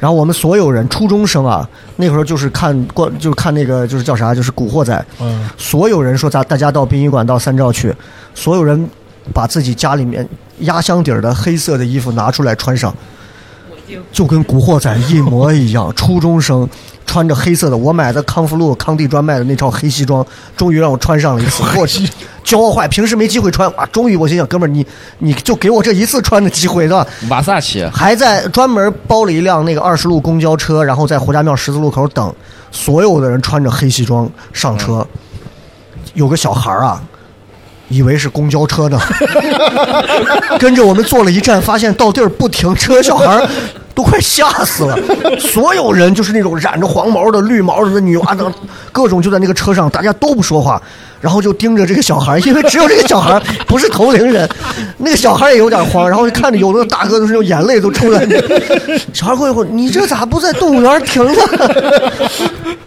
然后我们所有人，初中生啊，那时候就是看过，就是看那个，就是叫啥，就是《古惑仔》。
嗯，
所有人说咱大家到殡仪馆到三兆去，所有人把自己家里面压箱底儿的黑色的衣服拿出来穿上，就跟古惑仔一模一样。初中生穿着黑色的，我买的康复路康帝专卖的那套黑西装，终于让我穿上了一次，给我骄傲坏，平时没机会穿啊。终于我心想，哥们儿，你你就给我这一次穿的机会，对吧？
瓦萨奇，
还在专门包了一辆那个二十路公交车，然后在胡家庙十字路口等，所有的人穿着黑西装上车。有个小孩儿啊，以为是公交 车呢，跟着我们坐了一站，发现到地儿不停，车小孩儿 都快吓死了。所有人就是那种染着黄毛的、绿毛的女娃的，各种就在那个车上，大家都不说话，然后就盯着这个小孩，因为只有这个小孩不是同龄人，那个小孩也有点慌，然后就看着有的大哥都是用眼泪都出来。 小孩过一会儿，你这咋不在动物园停 着？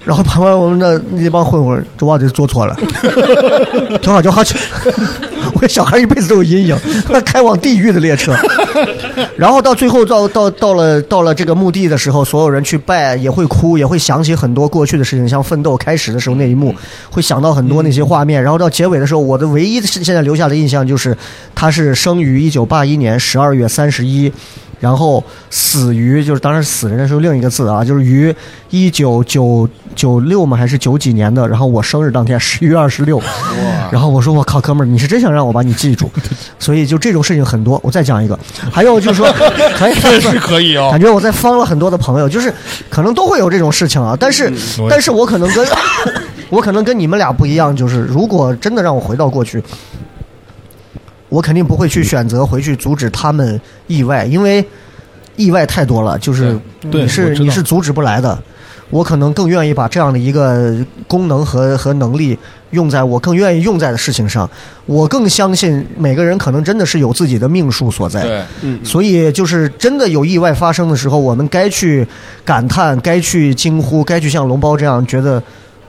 然后旁边我们的那帮混混，这娃就做错了， 挺好，就好去。我小孩一辈子都有阴影，那开往地狱的列车。 然后到最后到到到了到了这个墓地的时候，所有人去拜也会哭，也会想起很多过去的事情，像奋斗开始的时候那一幕，会想到很多那些画面。然后到结尾的时候，我的唯一的现在留下的印象就是，他是生于一九八一年十二月三十一。然后死于就是当然死人的时候另一个字啊，就是于一九九九六嘛还是九几年的，然后我生日当天十一月二十六，然后我说我靠哥们儿，你是真想让我把你记住，所以就这种事情很多。我再讲一个，还有就是说，还
确实可以哦
感觉我在方了很多的朋友，就是可能都会有这种事情啊，但是、
嗯我也
但是我可能 跟我可能跟你们俩不一样，就是如果真的让我回到过去，我肯定不会去选择回去阻止他们意外，因为意外太多了，就是
对
你
对我
是
知道
你是阻止不来的。我可能更愿意把这样的一个功能和和能力用在我更愿意用在的事情上。我更相信每个人可能真的是有自己的命数所在。
对嗯
所以就是真的有意外发生的时候，我们该去感叹，该去惊呼，该去像龙包这样觉得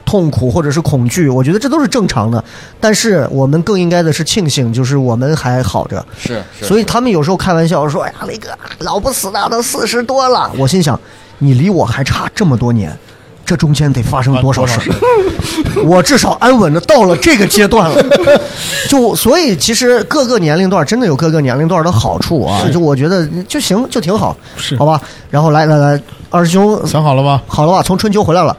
痛苦或者是恐惧，我觉得这都是正常的。但是我们更应该的是庆幸，就是我们还好着。
是是
所以他们有时候开玩笑说：“哎呀，雷哥老不死的，都四十多了。”啊我心想，你离我还差这么多年，这中间得发生多少事？ 我至少安稳的到了这个阶段了。 就所以，其实各个年龄段真的有各个年龄段的好处啊。就我觉得就行，就挺好，是好吧？然后来来来，二师兄想
好了吗？
好了吧？从春秋回来了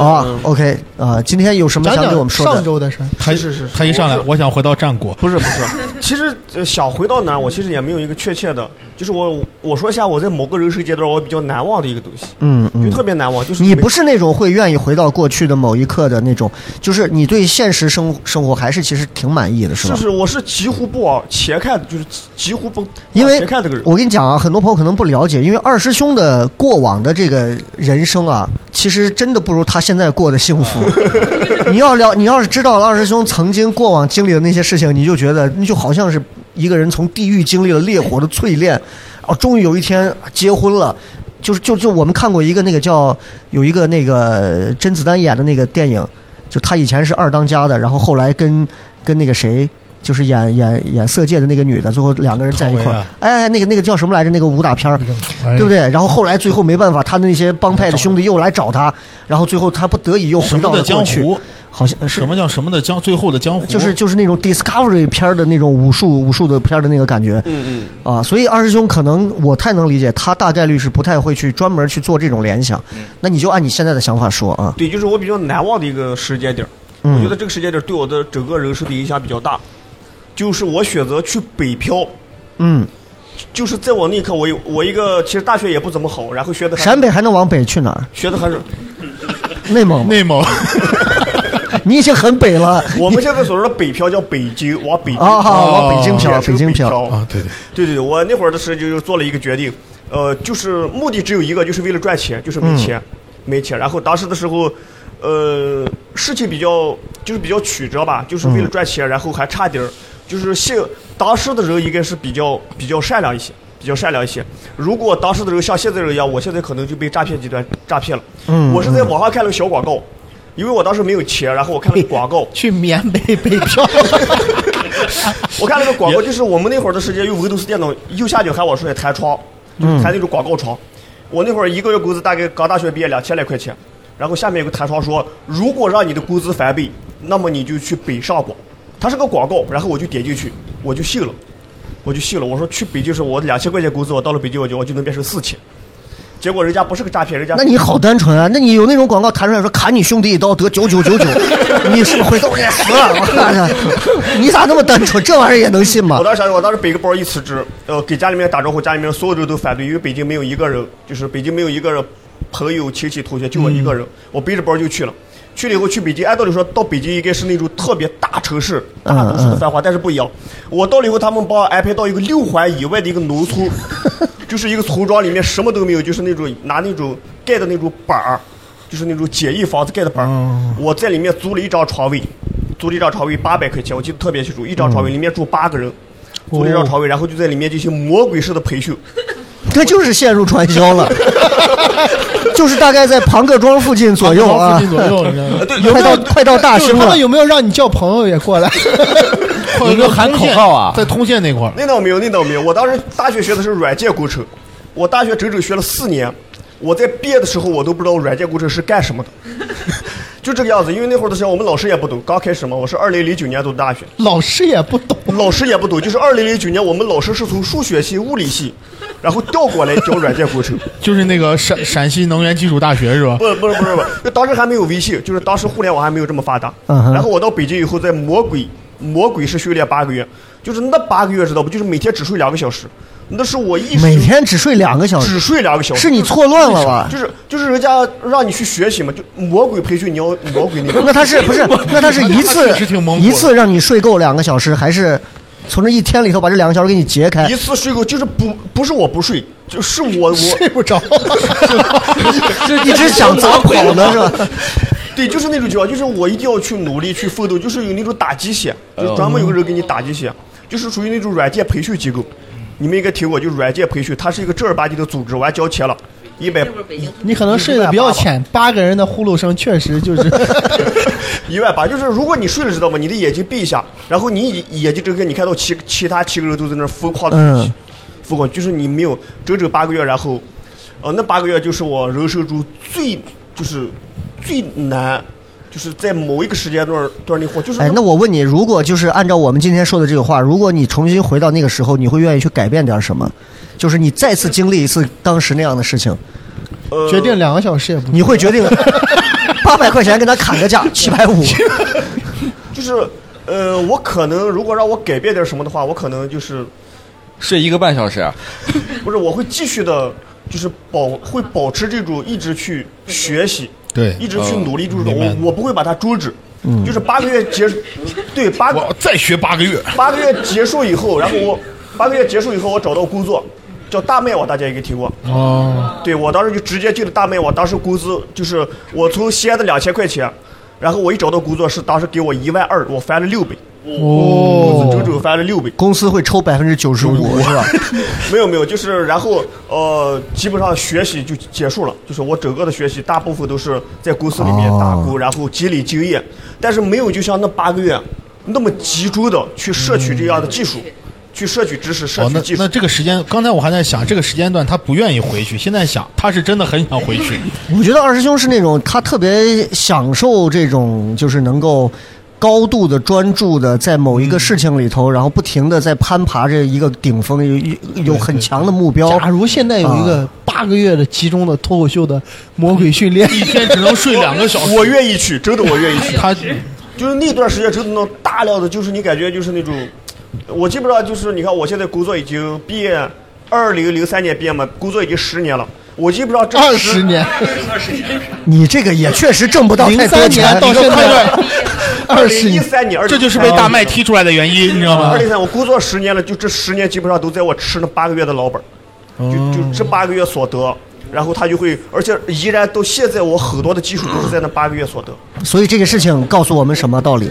啊。OK 啊，今天有什么
讲
想
讲
给我们说的？
上周的事儿，
他
是是
他一上来，我想回到战国，
不是不是，其实呃想回到哪儿，我其实也没有一个确切的，就是我我说一下我在某个人生阶段我比较难忘的一个东西，
嗯嗯，
就特别难忘，就是
你
每
不是那种会愿意回到过去的某一刻的那种，就是你对现实生生活还是其实挺满意的，是吧？
是是，我是几乎不往前看的，就是几乎不
因为
往前看这个人。
我跟你讲啊，很多朋友可能不了解，因为二师兄的过往的这个人生啊，其实真的不如他现在过得幸 福。你要了，你要是知道了二师兄曾经过往经历的那些事情，你就觉得你就好像是一个人从地狱经历了烈火的淬炼，哦，终于有一天结婚了。就是就就我们看过一个那个叫有一个那个甄子丹演的那个电影，就他以前是二当家的，然后后来跟跟那个谁，就是演演演色戒的那个女的，最后两个人在一块
汤
儿
唯啊，
哎，那个那个叫什么来着？那个武打片儿，
哎
对不对？然后后来最后没办法，他的那些帮派的兄弟又来找他，然后最后他不得已又 回
什么
到
的
了过
江
去。
湖，
好像
什么叫什么的江，最后的江湖，
就是就是那种 discovery 片儿的那种武术武术的片儿的那个感觉，
嗯
嗯，啊，所以二师兄可能我太能理解，他大概率是不太会去专门去做这种联想，那你就按你现在的想法说啊，
对，就是我比较难忘的一个时间点儿。
嗯
我觉得这个时间点儿对我的整个人生的影响比较大，就是我选择去北漂，
嗯，
就是在我那一刻，我有我一个其实大学也不怎么好，然后学的
陕北还能往北去哪儿？
学的还是
内蒙吗，
内蒙，
你已经很北了，
我们现在所说的北漂叫北京，往北京
啊好往北京
哦也是
漂北京漂
漂
啊，对对，
对对对，我那会儿的时候就是做了一个决定，呃，就是目的只有一个，就是为了赚钱，就是
嗯
没钱，没钱。然后当时的时候，呃，事情比较就是比较曲折吧，就是
嗯
为了赚钱，然后还差点儿，就是现当时的人应该是比较比较善良一些。比较善良一些。如果当时的人像现在人一样，我现在可能就被诈骗集团诈骗了。
嗯
我是在网上看了个小广告，因为我当时没有钱，然后我看了个广告，
去缅北北漂，
我看了个广告，就是我们那会儿的时间用 Windows 电脑右下角喊我说的弹窗，就是弹那种广告窗。我那会儿一个月工资大概刚大学毕业两千来块钱，然后下面有个弹窗说，如果让你的工资翻倍，那么你就去北上广。它是个广告，然后我就点进去，我就信了，我就信了。我说去北京是我两千块钱工资，我到了北京我就我就能变成四千。结果人家不是个诈骗，人家
那你 好单纯啊！那你有那种广告弹出来说砍你兄弟一刀得九九九九， 你是不是回头也死了？ 我看看，你咋那么单纯？这玩意儿也能信吗
我？当时想，我当时背个包一辞职，呃，给家里面打招呼，家里面所有人都反对，因为北京没有一个人，就是北京没有一个人朋友、亲戚、同学，就我一个
嗯
人，我背着包就去了。去了以后去北京，按道理说到北京应该是那种特别大城市、
嗯
大都市的繁华，但是不一样。我到了以后，他们把我安排到一个六环以外的一个农村，就是一个村庄里面什么都没有，就是那种拿那种盖的那种板儿，就是那种简易房子盖的板儿。
哦
我在里面租了一张床位，租了一张床位八百块钱，我记得特别清楚，一张床位里面住八
哦
个人，租了一张床位，然后就在里面进行魔鬼式的培训。
这就是陷入传销 了，就是大概在庞各庄附近左右啊， 快到快到大兴
他
了
们，有没有让你叫朋友也过来？有没有喊口号
嗯
啊
在通县那块儿，
那倒没有，那倒没有。我当时大学学的是软件工程，我大学整整学了四年。我在毕业的时候，我都不知道软件工程是干什么的， 就这个样子。因为那会儿的时候，我们老师也不懂。刚开始嘛，我是二零零九年读的大学，
老师也不懂，
老师也不懂。就是二零零九年，我们老师是从数学系、物理系，然后调过来教软件工程。
就是那个陕陕西能源技术大学是吧？
不不是不是不是，就当时还没有微信，就是当时互联网还没有这么发达。
嗯哼
然后我到北京以后，在魔鬼魔鬼是训练八个月，就是那八个月知道不？就是每天只睡两个小时，那是我一
每天只睡两个小时，
只睡两个小时。
是你错乱了吧？
就是就是人家让你去学习嘛，就魔鬼培训你要魔鬼那种。
那他是不是？那他是 一次一次让你睡够两个小时，还是从这一天里头把这两个小时给你截开
一？次睡够，就是不不是我不睡，就是我我
睡不 着，
一直想砸跑呢是吧？
对，就是那种情况，就是我一定要去努力去奋斗，就是有那种打鸡血，就是专门有个人给你打鸡血，就是属于那种软件培训机构，你们应该听过，就是软件培训，它是一个正儿八经的组织，我还交钱了，一百
你可能睡得比较浅，八个人的呼噜声确实 就是。
一万八，就是如果你睡了知道吗？你的眼睛闭一下，然后你眼眼睛睁开，你看到其其他七个人都在那儿疯狂的、
嗯
疯狂，就是你没有整整八个月，然后，呃，那八个月就是我人生中最就是最难，就是在某一个时间段段内活，就是
哎，那我问你，如果就是按照我们今天说的这个话，如果你重新回到那个时候，你会愿意去改变点什么？就是你再次经历一次当时那样的事情，
呃
决定两个小时也不。
你会决 定八百块钱跟他砍个价，七百五。
就是呃，我可能如果让我改变点什么的话，我可能就是
睡一个半小时啊，
不是我会继续的，就是保会保持这种一直去学习，
对
一直去
嗯
努力，就是
明白
我我不会把它终止。
嗯
就是八个月结，对八个
再学八个月，
八个月结束以后，然后我八个月结束以后，我找到工作，叫大麦网，大家应该听过。
哦，
对我当时就直接进了大麦网，当时工资就是我从西安的两千块钱，然后我一找到工作是当时给我一万二，我翻了六倍，工资
哦
整整翻了六倍。
公司会抽百分之九十五是吧？
没有没有，就是然后呃，基本上学习就结束了，就是我整个的学习大部分都是在公司里面
哦
打工，然后积累经验，但是没有就像那八个月那么集中的去摄取这样的技术，去摄取知识、摄
哦，
取
那
技术。
那这个时间，刚才我还在想，这个时间段他不愿意回去，现在想他是真的很想回去。
我觉得二师兄是那种他特别享受这种，就是能够高度的专注的在某一个事情里头，然后不停的在攀爬着一个顶峰，有有有很强的目标。
假如现在有一
啊
个八个月的集中的脱口秀的魔鬼训练，
一天只能睡两个小时
我愿意去，真的我愿意去。
他
就是那段时间真的能大量的，就是你感觉就是那种，我基本上就是你看我现在工作已经毕业，二零零三年毕业嘛，工作已经十年了，我基本上这
20年
啊你这个也确实挣不到太多
03
钱
年，到现在
二
20
零一三年，
这就是被大麦踢出来的原因，你知道吗
二？零三，我工作十年了，就这十年基本上都在我吃那八个月的老本儿，
哦
就就这八个月所得，然后他就会，而且依然到现在，我很多的技术都是在那八个月所得，
所以这个事情告诉我们什么道理？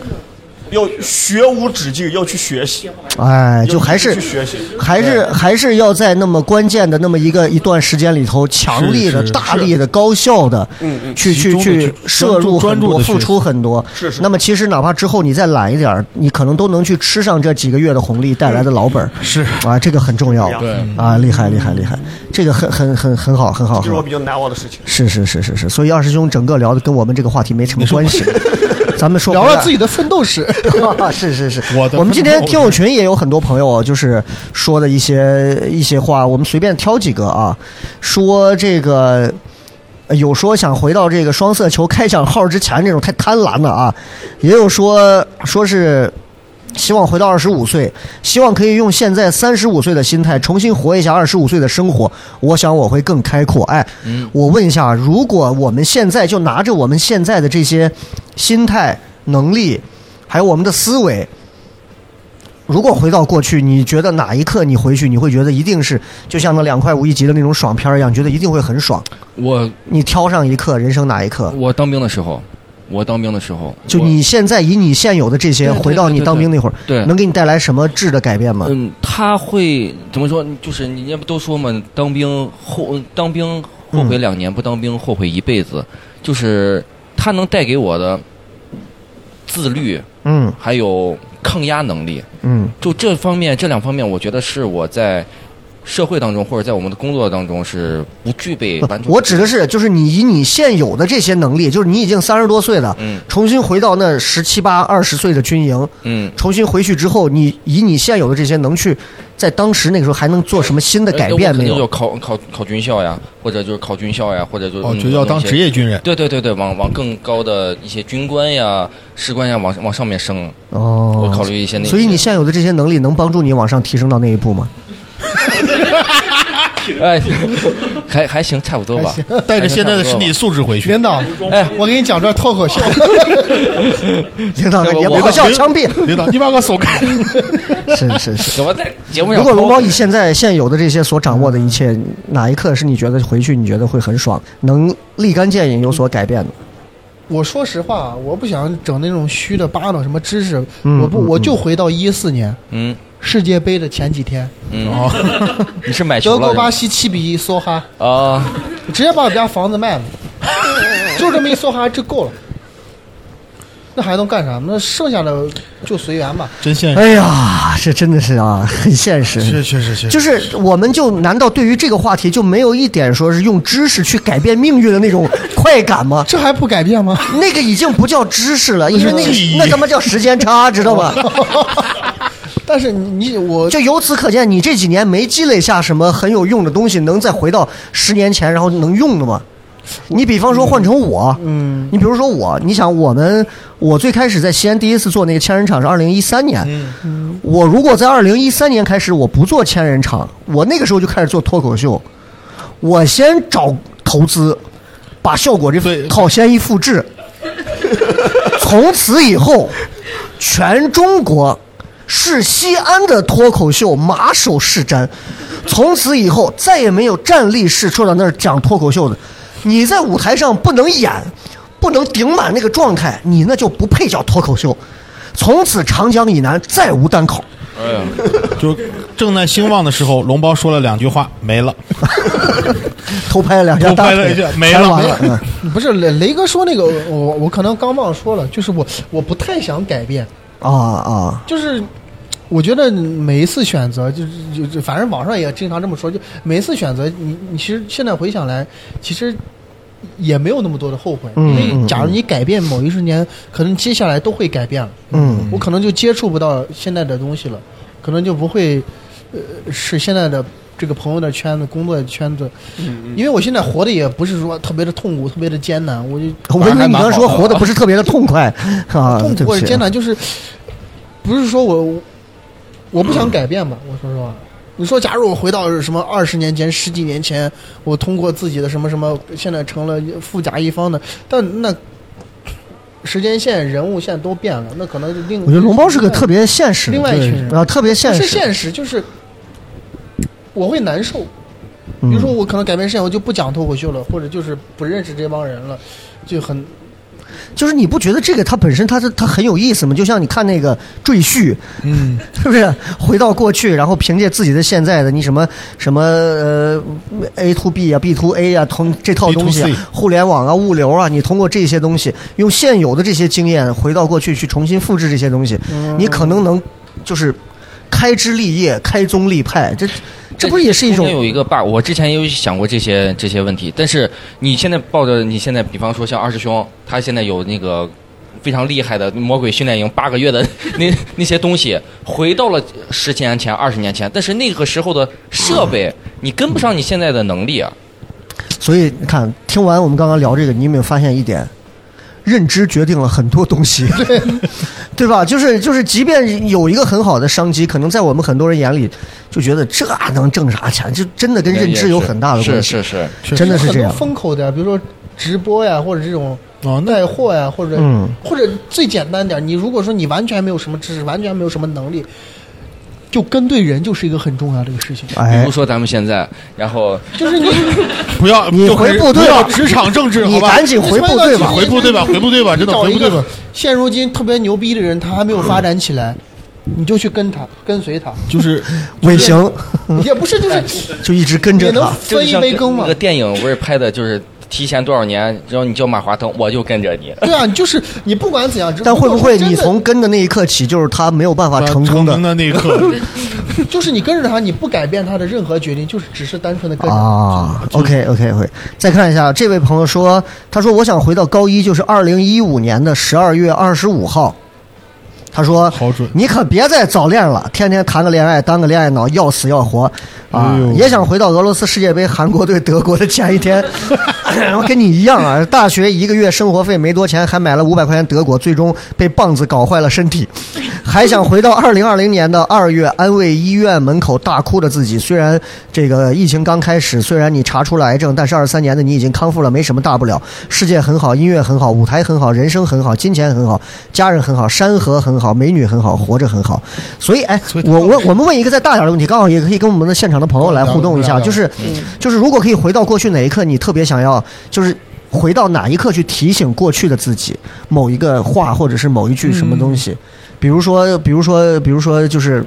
要学无止境，要去学习，
哦
哎，就还
要
是
去学习，
还是还是要在那么关键的那么一个一段时间里头，强力的、
是是
大力的、高效的，
嗯
去
集
去
中地去
去摄入
专
很
注专注
多、
地去
付出很多。
是是
那么其实哪怕之后你再懒一点儿，你可能都能去吃上这几个月的红利带来的老本儿。
是
啊，这个很重要。
对
啊，厉害厉害厉害，这个很很很很好很好。
这是
很好
我比较难忘的事情。
是是是是是，所以二师兄整个聊的跟我们这个话题没什么关系， 咱们说
聊
回来
聊自己的奋斗史。
是是是，
我的
们今天
奋斗
听友群也有很多朋友，啊就是说的一些一些话，我们随便挑几个啊，说这个。呃有说想回到这个双色球开奖号之前这种太贪婪了啊，也有说说是希望回到二十五岁，希望可以用现在三十五岁的心态重新活一下二十五岁的生活。我想我会更开阔。哎，我问一下，如果我们现在就拿着我们现在的这些心态、能力，还有我们的思维，如果回到过去，你觉得哪一刻你回去，你会觉得一定是就像那两块五一集的那种爽片儿一样，觉得一定会很爽。
我
你挑上一刻，人生哪一刻？
我当兵的时候，我当兵的时候，
就你现在以你现有的这些，
对对
回到你
对对
当兵那会儿，
对
能给你带来什么质的改变吗？
嗯，他会怎么说？就是人家不都说嘛，当兵后当兵后悔两年，不当兵后悔一辈子。就是他能带给我的自律，
嗯
还有抗压能力，
嗯
就这方面这两方面，我觉得是我在社会当中或者在我们的工作当中是不具备完全。
我指的是，就是你以你现有的这些能力，就是你已经三十多岁了，
嗯
重新回到那十七八、二十岁的军营，
嗯，
重新回去之后，你以你现有的这些能去，在当时那个时候还能做什么新的改
呃
变
我肯
没
定
有
就？考考考军校呀，或者就是考军校呀，或者就
哦
嗯
就要当
那些
职业军人
对对对对，往往更高的一些军官呀、士官呀，往往上面升。
哦，
我考虑一些那些
所以你现有的这些能力能帮助你往上提升到那一步吗？
哎，还还行，差不多吧。
带着现在的身体素质回去。
领导，
哎，
我给你讲段脱口秀，
领导，
我
也
我
不笑，枪毙！
领导，你把我手开。
是是是。
怎么在节目上
如果
抛
龙猫以现在现有的这些所掌握的一切，哪一刻是你觉得回去你觉得会很爽，能立竿见影有所改变的？
我说实话啊，我不想整那种虚的八道什么知识，
嗯
我不
嗯
我就回到一四年
嗯
世界杯的前几天，
嗯，
哦
你是买
德
球了
国
是
巴
吗？
西七比一梭哈，
啊，
直接把我家房子卖了， 就这么一梭哈就够了。那还能干啥？那剩下的就随缘吧。
真现实，
哎呀，这真的是啊， 很现实。
确确实确实，
就是我们就难道对于这个话题就没有一点说是用知识去改变命运的那种快感吗？
这还不改变吗？
那个已经不叫知识了，因为那个
记忆
那他妈叫时间差，知道吧？
但是你你我
就由此可见，你这几年没积累下什么很有用的东西，能再回到十年前然后能用的吗？你比方说换成我，嗯，你比如说我，你想我们，我最开始在西安第一次做那个千人场是二零一三年，
嗯
我如果在二零一三年开始我不做千人场，我那个时候就开始做脱口秀，我先找投资，把效果这
对
套先一复制，从此以后，全中国是西安的脱口秀马首是瞻。从此以后，再也没有站立式坐到那儿讲脱口秀的。你在舞台上不能演，不能顶满那个状态，你那就不配叫脱口秀。从此长江以南再无单口。
哎呀，
就正在兴旺的时候，龙包说了两句话，没了。
偷拍了 两下
偷
大
拍
腿，
了一下没
全
了
完
没
了
了。
嗯
不是雷雷哥说那个，我我可能刚忘说了，就是我我不太想改变，
啊啊，
就是我觉得每一次选择，就是就就反正网上也经常这么说，就每一次选择，你你其实现在回想来，其实也没有那么多的后悔，
嗯
因为假如你改变某一瞬间，可能接下来都会改变了，
嗯
我可能就接触不到现在的东西了，可能就不会呃是现在的。这个朋友的圈子，工作的圈子，
嗯
因为我现在活的也不是说特别的痛苦，特别的艰难，我就
我以为你刚说活的 不是特别的痛快啊，
痛
对
苦
不
或者
起
艰。难，就是不是说我我不想改变吧？我说实话，你说假如我回到什么二十年前、十几年前，我通过自己的什么什么，现在成了富甲一方的，但那时间线、人物线都变了，那可能就另
我觉得龙猫是个特别现实的，
另外一群人
对啊，特别现
不
实，
是现实，就是我会难受。
嗯
比如说，我可能改变现，我就不讲脱口秀了，或者就是不认识这帮人了，就很
就是你不觉得这个它本身它是它很有意思吗？就像你看那个赘婿，
嗯，
是不是回到过去，然后凭借自己的现在的你什么什么呃 A to B 啊 B to A 啊，通这套东西、啊
B to C、
互联网啊、物流啊，你通过这些东西，用现有的这些经验回到过去去重新复制这些东西，你可能能就是开枝立业、开宗立派，这这不是也是一
中
种
间有一个 bug，我之前也有想过这些这些问题，但是你现在抱着你现在，比方说像二师兄，他现在有那个非常厉害的魔鬼训练营八个月的 那那些东西，回到了十几年前、二十年前，但是那个时候的设
嗯
备，你跟不上你现在的能力啊。
所以你看，听完我们刚刚聊这个，你有没有发现一点？认知决定了很多东西，对吧？就是就是，即便有一个很好的商机，可能在我们很多人眼里就觉得这能挣啥钱？就真的跟认知有很大的关系，
是是是，
真的是这
很
样
多。风口的，比如说直播呀，或者这种
哦，那
带货呀，或者、
嗯
或者最简单点儿，你如果说你完全没有什么知识，完全没有什么能力，就跟对人就是一个很重要的一个事情。
比如说咱们现在，然后
哎 就是你
哎不要
你
就开
回
始
部队
不要
吧
职场政治，
你
好吧？
赶紧回部队吧
回部队吧，回部队吧，
你
真的
找
回
一
部队吧
个。现如今特别牛逼的人，他还没有发展起来，你就去跟他，跟随他，
就是
尾行，
也不是就是
就一直跟着他。
就
分一
像
杯羹嘛
那个电影不是拍的，就是提前多少年，然后你叫马化腾，我就跟着你。
对啊，你就是你不管 怎样，
但会不会
如果
你
啊真的
从跟的那一刻起，就是他没有办法成功的
的那一刻
就是你跟着他，你不改变他的任何决定，就是只是单纯的跟着他。
啊？OK OK OK，再看一下这位朋友说，他说我想回到高一，就是二零一五年的十二月二十五号。他说：“
好准
你可别再早恋了，天天谈个恋爱，当个恋爱脑，要死要活啊！
哎呦
也想回到俄罗斯世界杯韩国对德国的前一 天，我跟你一样啊！大学一个月生活费没多钱，还买了五百块钱德国，最终被棒子搞坏了身体。还想回到二零二零年的二月，安慰医院门口大哭的自己。虽然这个疫情刚开始，虽然你查出了癌症，但是二三年的你已经康复了，没什么大不了。世界很好，音乐很好，舞台很好，人生很好，金钱很好，家人很好，山河很好，美女很好，活着很好。所以，哎，我我我们问一个再大点的问题，刚好也可以跟我们的现场的朋友来互动一下，就是就是如果可以回到过去哪一刻，你特别想要就是。回到哪一刻去提醒过去的自己某一个话，或者是某一句什么东西？比如说，比如说，比如说，就是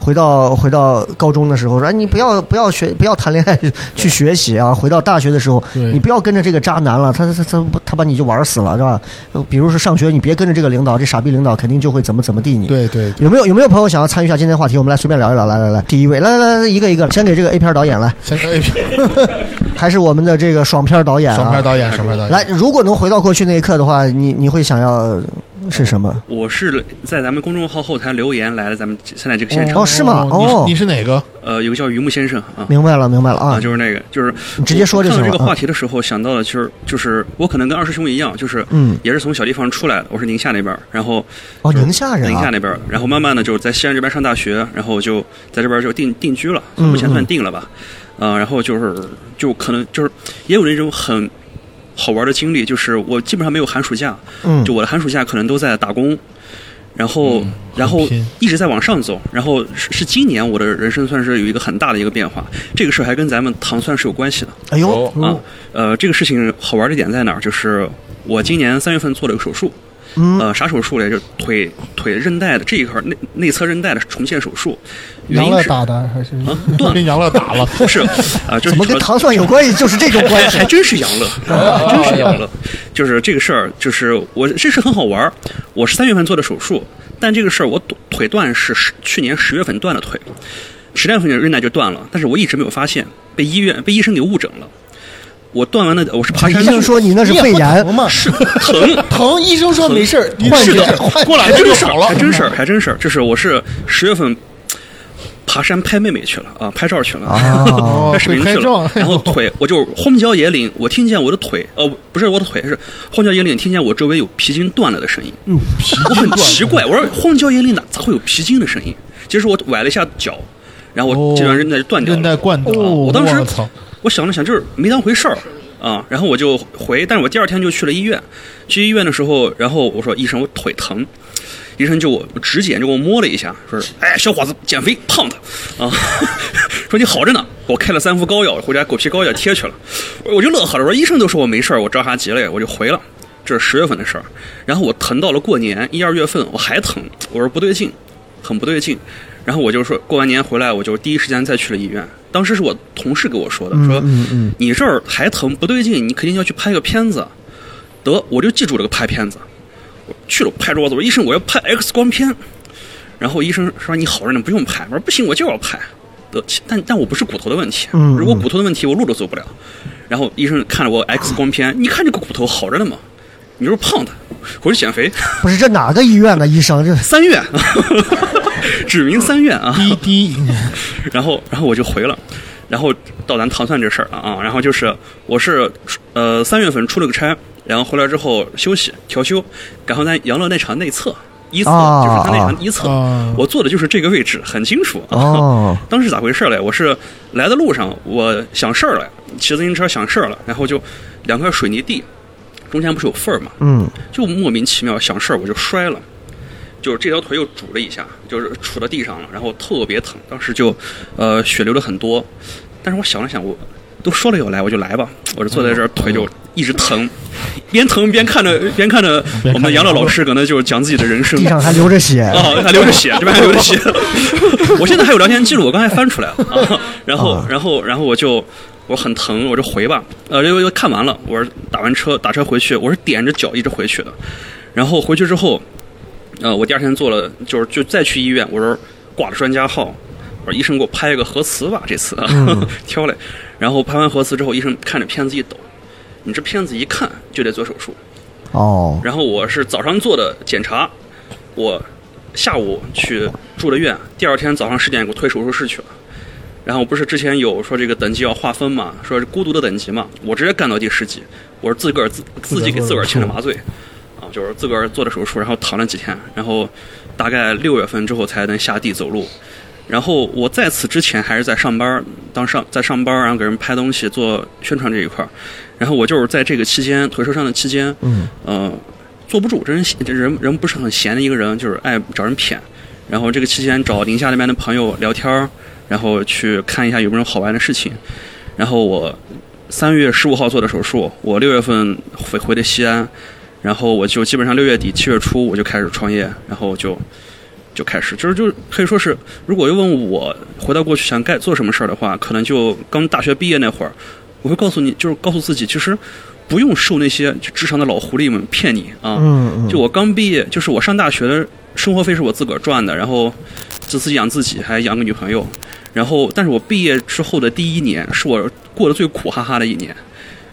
回到回到高中的时候，说哎你不要不要学不要谈恋爱去学习啊！回到大学的时候，
对
你不要跟着这个渣男了，他他他他把你就玩死了，是吧？呃比如说上学，你别跟着这个领导，这傻逼领导肯定就会怎么怎么地你。
对对，
有没有有没有朋友想要参与一下今天的话题？我们来随便聊一聊，来来来，第一位，来来来，一个一个，先给这个 A 片导演来，
先看 A 片，
还是我们的这个爽片导演、啊？
爽片导演，爽片导演，
来，如果能回到过去那一刻的话，你你会想要是什么？
我是在咱们公众号后台留言来了，咱们现在这个现场，
哦，是吗？
你是
哦
你，是哪个？
呃，有个叫榆木先生啊。
明白了，明白了啊
啊，！就是那个，就是
你直接说就
我
行
看
了。
到这个话
啊
题的时候，想到的就是，就是我可能跟二师兄一样，就是
嗯，
也是从小地方出来的，我是宁夏那边儿，然后
哦，宁夏人
宁夏
啊，
那边儿，然后慢慢的就在西安这边上大学，然后就在这边就定定居了，
嗯
目前算定了吧，啊、然后就是就可能就是也有那种很好玩的经历，就是我基本上没有寒暑假，
嗯
就我的寒暑假可能都在打工，然后、然
很
后
拼
一直在往上走，然后是是今年我的人生算是有一个很大的一个变化，这个事儿还跟咱们糖蒜是有关系的。
哎呦，
啊，呃，这个事情好玩的点在哪儿？就是我今年三月份做了个手术，
嗯
呃，啥手术来着？腿腿韧带的这一块儿内内侧韧带的重建手术，原
杨
因
乐
是
打的还是
啊，
都
断了
跟杨乐打了，
不是啊、就是
怎么
什
跟糖蒜有关系？就是这种关
还
系啊
还真是杨 乐，还真是杨乐。就是这个事儿，就是我这事很好玩儿。我是三月份做的手术，但这个事儿我腿腿断是十去年十月份断的腿，十月份的韧带就断了，但是我一直没有发现，被医院被医生给误诊了。我断完了，我是爬
医
山
生
去
说你那是肺炎
疼，吗？
是疼。
疼，医生说没事 儿，
你
幻
是
觉
的，
幻
过两
还
天就
真是
好了嗯
还。真是还真是，就是我是十月份爬山拍妹妹去了啊，拍照去了。
啊！
哦
拍视频去
会拍照
了，然 后腿我就荒郊野岭，我听见我的腿，哦，不是我的腿，是荒郊野岭，听见我周围有皮筋断了的声音。我很奇怪，我说荒郊野岭哪咋会有皮筋的声音？其实我崴了一下脚，然后我这段韧哦带就断掉
韧
了。
带灌的，
哦我当时
操，
我想了想，就是没当回事儿啊，然后我就回，但是我第二天就去了医院。去医院的时候，然后我说医生，我腿疼。医生就我指检就给我摸了一下，说是哎，小伙子减肥胖的啊， 说你好着呢。给我开了三副膏药，回家狗皮膏药贴去了。我我就乐呵了，我说医生都说我没事儿，我着啥急了呀？我就回了。这是十月份的事儿，然后我疼到了过年一二月份，我还疼，我说不对劲，很不对劲。然后我就说过完年回来，我就第一时间再去了医院。当时是我同事给我说的，说你这儿还疼不对劲，你肯定要去拍个片子。得，我就记住这个拍片子，我去了拍桌子，我说医生我要拍 X 光片，然后医生说你好着呢，不用拍。我说不行，我就要拍。得，其但但我不是骨头的问题，
嗯
如果骨头的问题，我路都走不了。然后医生看了我 X 光片，你看这个骨头好着呢吗？你是胖的，我说减肥。
不是这哪个医院的医生？这
三院，指明三院啊。
滴滴，
然后然后我就回了，然后到咱糖蒜这事儿了啊，然后就是我是呃三月份出了个差，然后回来之后休息调休，然后咱杨乐那场内侧一侧、
啊
就是他那场一侧，
啊
我坐的就是这个位置，很清楚啊。
哦
当时咋回事儿嘞？我是来的路上我想事儿了，骑自行车想事儿了，然后就两块水泥地中间不是有缝儿嘛，
嗯
就莫名其妙想事儿我就摔了。就是这条腿又拄了一下，就是杵到地上了，然后特别疼，当时就呃血流了很多。但是我想了想，我都说了要来，我就来吧。我就坐在这儿，腿就一直疼，边疼边看着边看着我们的杨乐老师，可能就是讲自己的人生，
地上还流着血
啊，还流着血，这边还流着血。我现在还有聊天记录，我刚才翻出来了。啊、然后，然后，然后我就我很疼，我就回吧。呃，又又看完了，我是打完车打车回去，我是踮着脚一直回去的。然后回去之后，呃，我第二天做了，就是就再去医院，我说挂了专家号，我说医生给我拍一个核磁吧，这次、啊
嗯
挑嘞。然后拍完核磁之后，医生看着片子一抖，你这片子一看就得做手术。
哦，
然后我是早上做的检查，我下午去住了院，第二天早上十点给我推手术室去了。然后不是之前有说这个等级要划分嘛，说是孤独的等级嘛，我直接干到第十级，我是自个儿自自己给自个儿签的麻醉，啊，就是自个儿做的手术，然后躺了几天，然后大概六月份之后才能下地走路。然后我在此之前还是在上班，当上在上班，然后给人拍东西做宣传这一块儿。然后我就是在这个期间腿受伤的期间，
嗯，
呃，坐不住，这人这人人不是很闲的一个人，就是爱找人谝。然后这个期间找宁夏那边的朋友聊天儿，然后去看一下有没有好玩的事情。然后我三月十五号做的手术，我六月份回回的西安，然后我就基本上六月底七月初我就开始创业，然后就就开始，就是就是可以说是，如果又问我回到过去想该做什么事儿的话，可能就刚大学毕业那会儿，我会告诉你，就是告诉自己，其实不用受那些就职场的老狐狸们骗你啊。
嗯嗯
就我刚毕业，就是我上大学的生活费是我自个儿赚的，然后就自己养自己，还养个女朋友。然后，但是我毕业之后的第一年是我过得最苦哈哈的一年，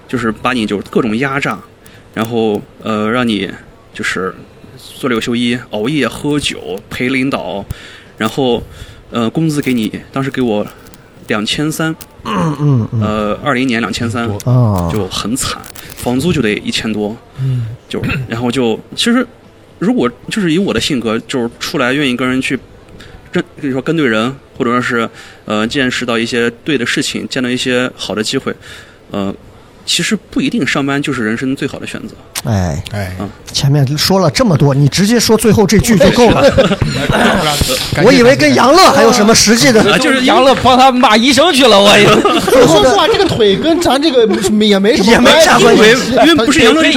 就是把你就是各种压榨，然后呃让你就是做六休一，熬夜喝酒陪领导，然后呃工资给你当时给我两千三，
嗯嗯
呃，二零年两千三，
哦
就很惨，房租就得一千多，
嗯，
就然后就其实如果就是以我的性格，就是出来愿意跟人去跟跟你说跟对人，或者说是呃见识到一些对的事情，见到一些好的机会，呃，其实不一定上班就是人生最好的选择。
哎
哎，
前面说了这么多，你直接说最后这句就够了。我以为跟杨乐还有什么实际的，
啊就是杨乐帮他骂医生去了，我
说实话，这个腿跟咱这个也没什么关系，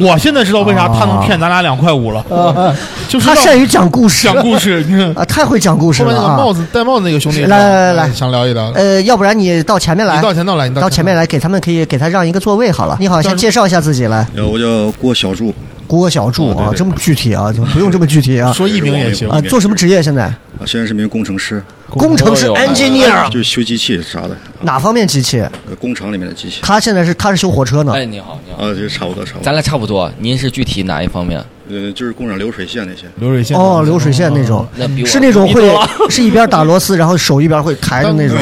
我现在知道为啥他能骗咱俩两块五了，
啊
就是
他善于讲故事，
讲故事，你看
啊，太会讲故事
后
了
面那个
啊！
帽子戴帽子那个兄弟，
来来来来，
想聊一聊。
呃，要不然你到前面来，
你到前头来，你
到前面来，给他们可以给他让一个座位好了。你好，先介绍一下自己来。
呃，我叫郭小柱，
郭小柱
啊对
啊，
对
这么具体啊，就不用这么具体啊。
说艺名也行
啊。做什么职业现在？
啊，现在是名工程师，
工程
哦
师 engineer 啊
就修机器啥的，
哪方面机器？
呃工厂里面的机 器。
他现在是他是修火车呢。
哎，你好，你
好，啊，就差不多，差不多。
咱俩差不多。您是具体哪一方面？
呃，就是工厂流水线那些。
流水
哦，流水线那种
那比，我
是那种
你多
会是一边打螺丝，然后手一边会抬的那种。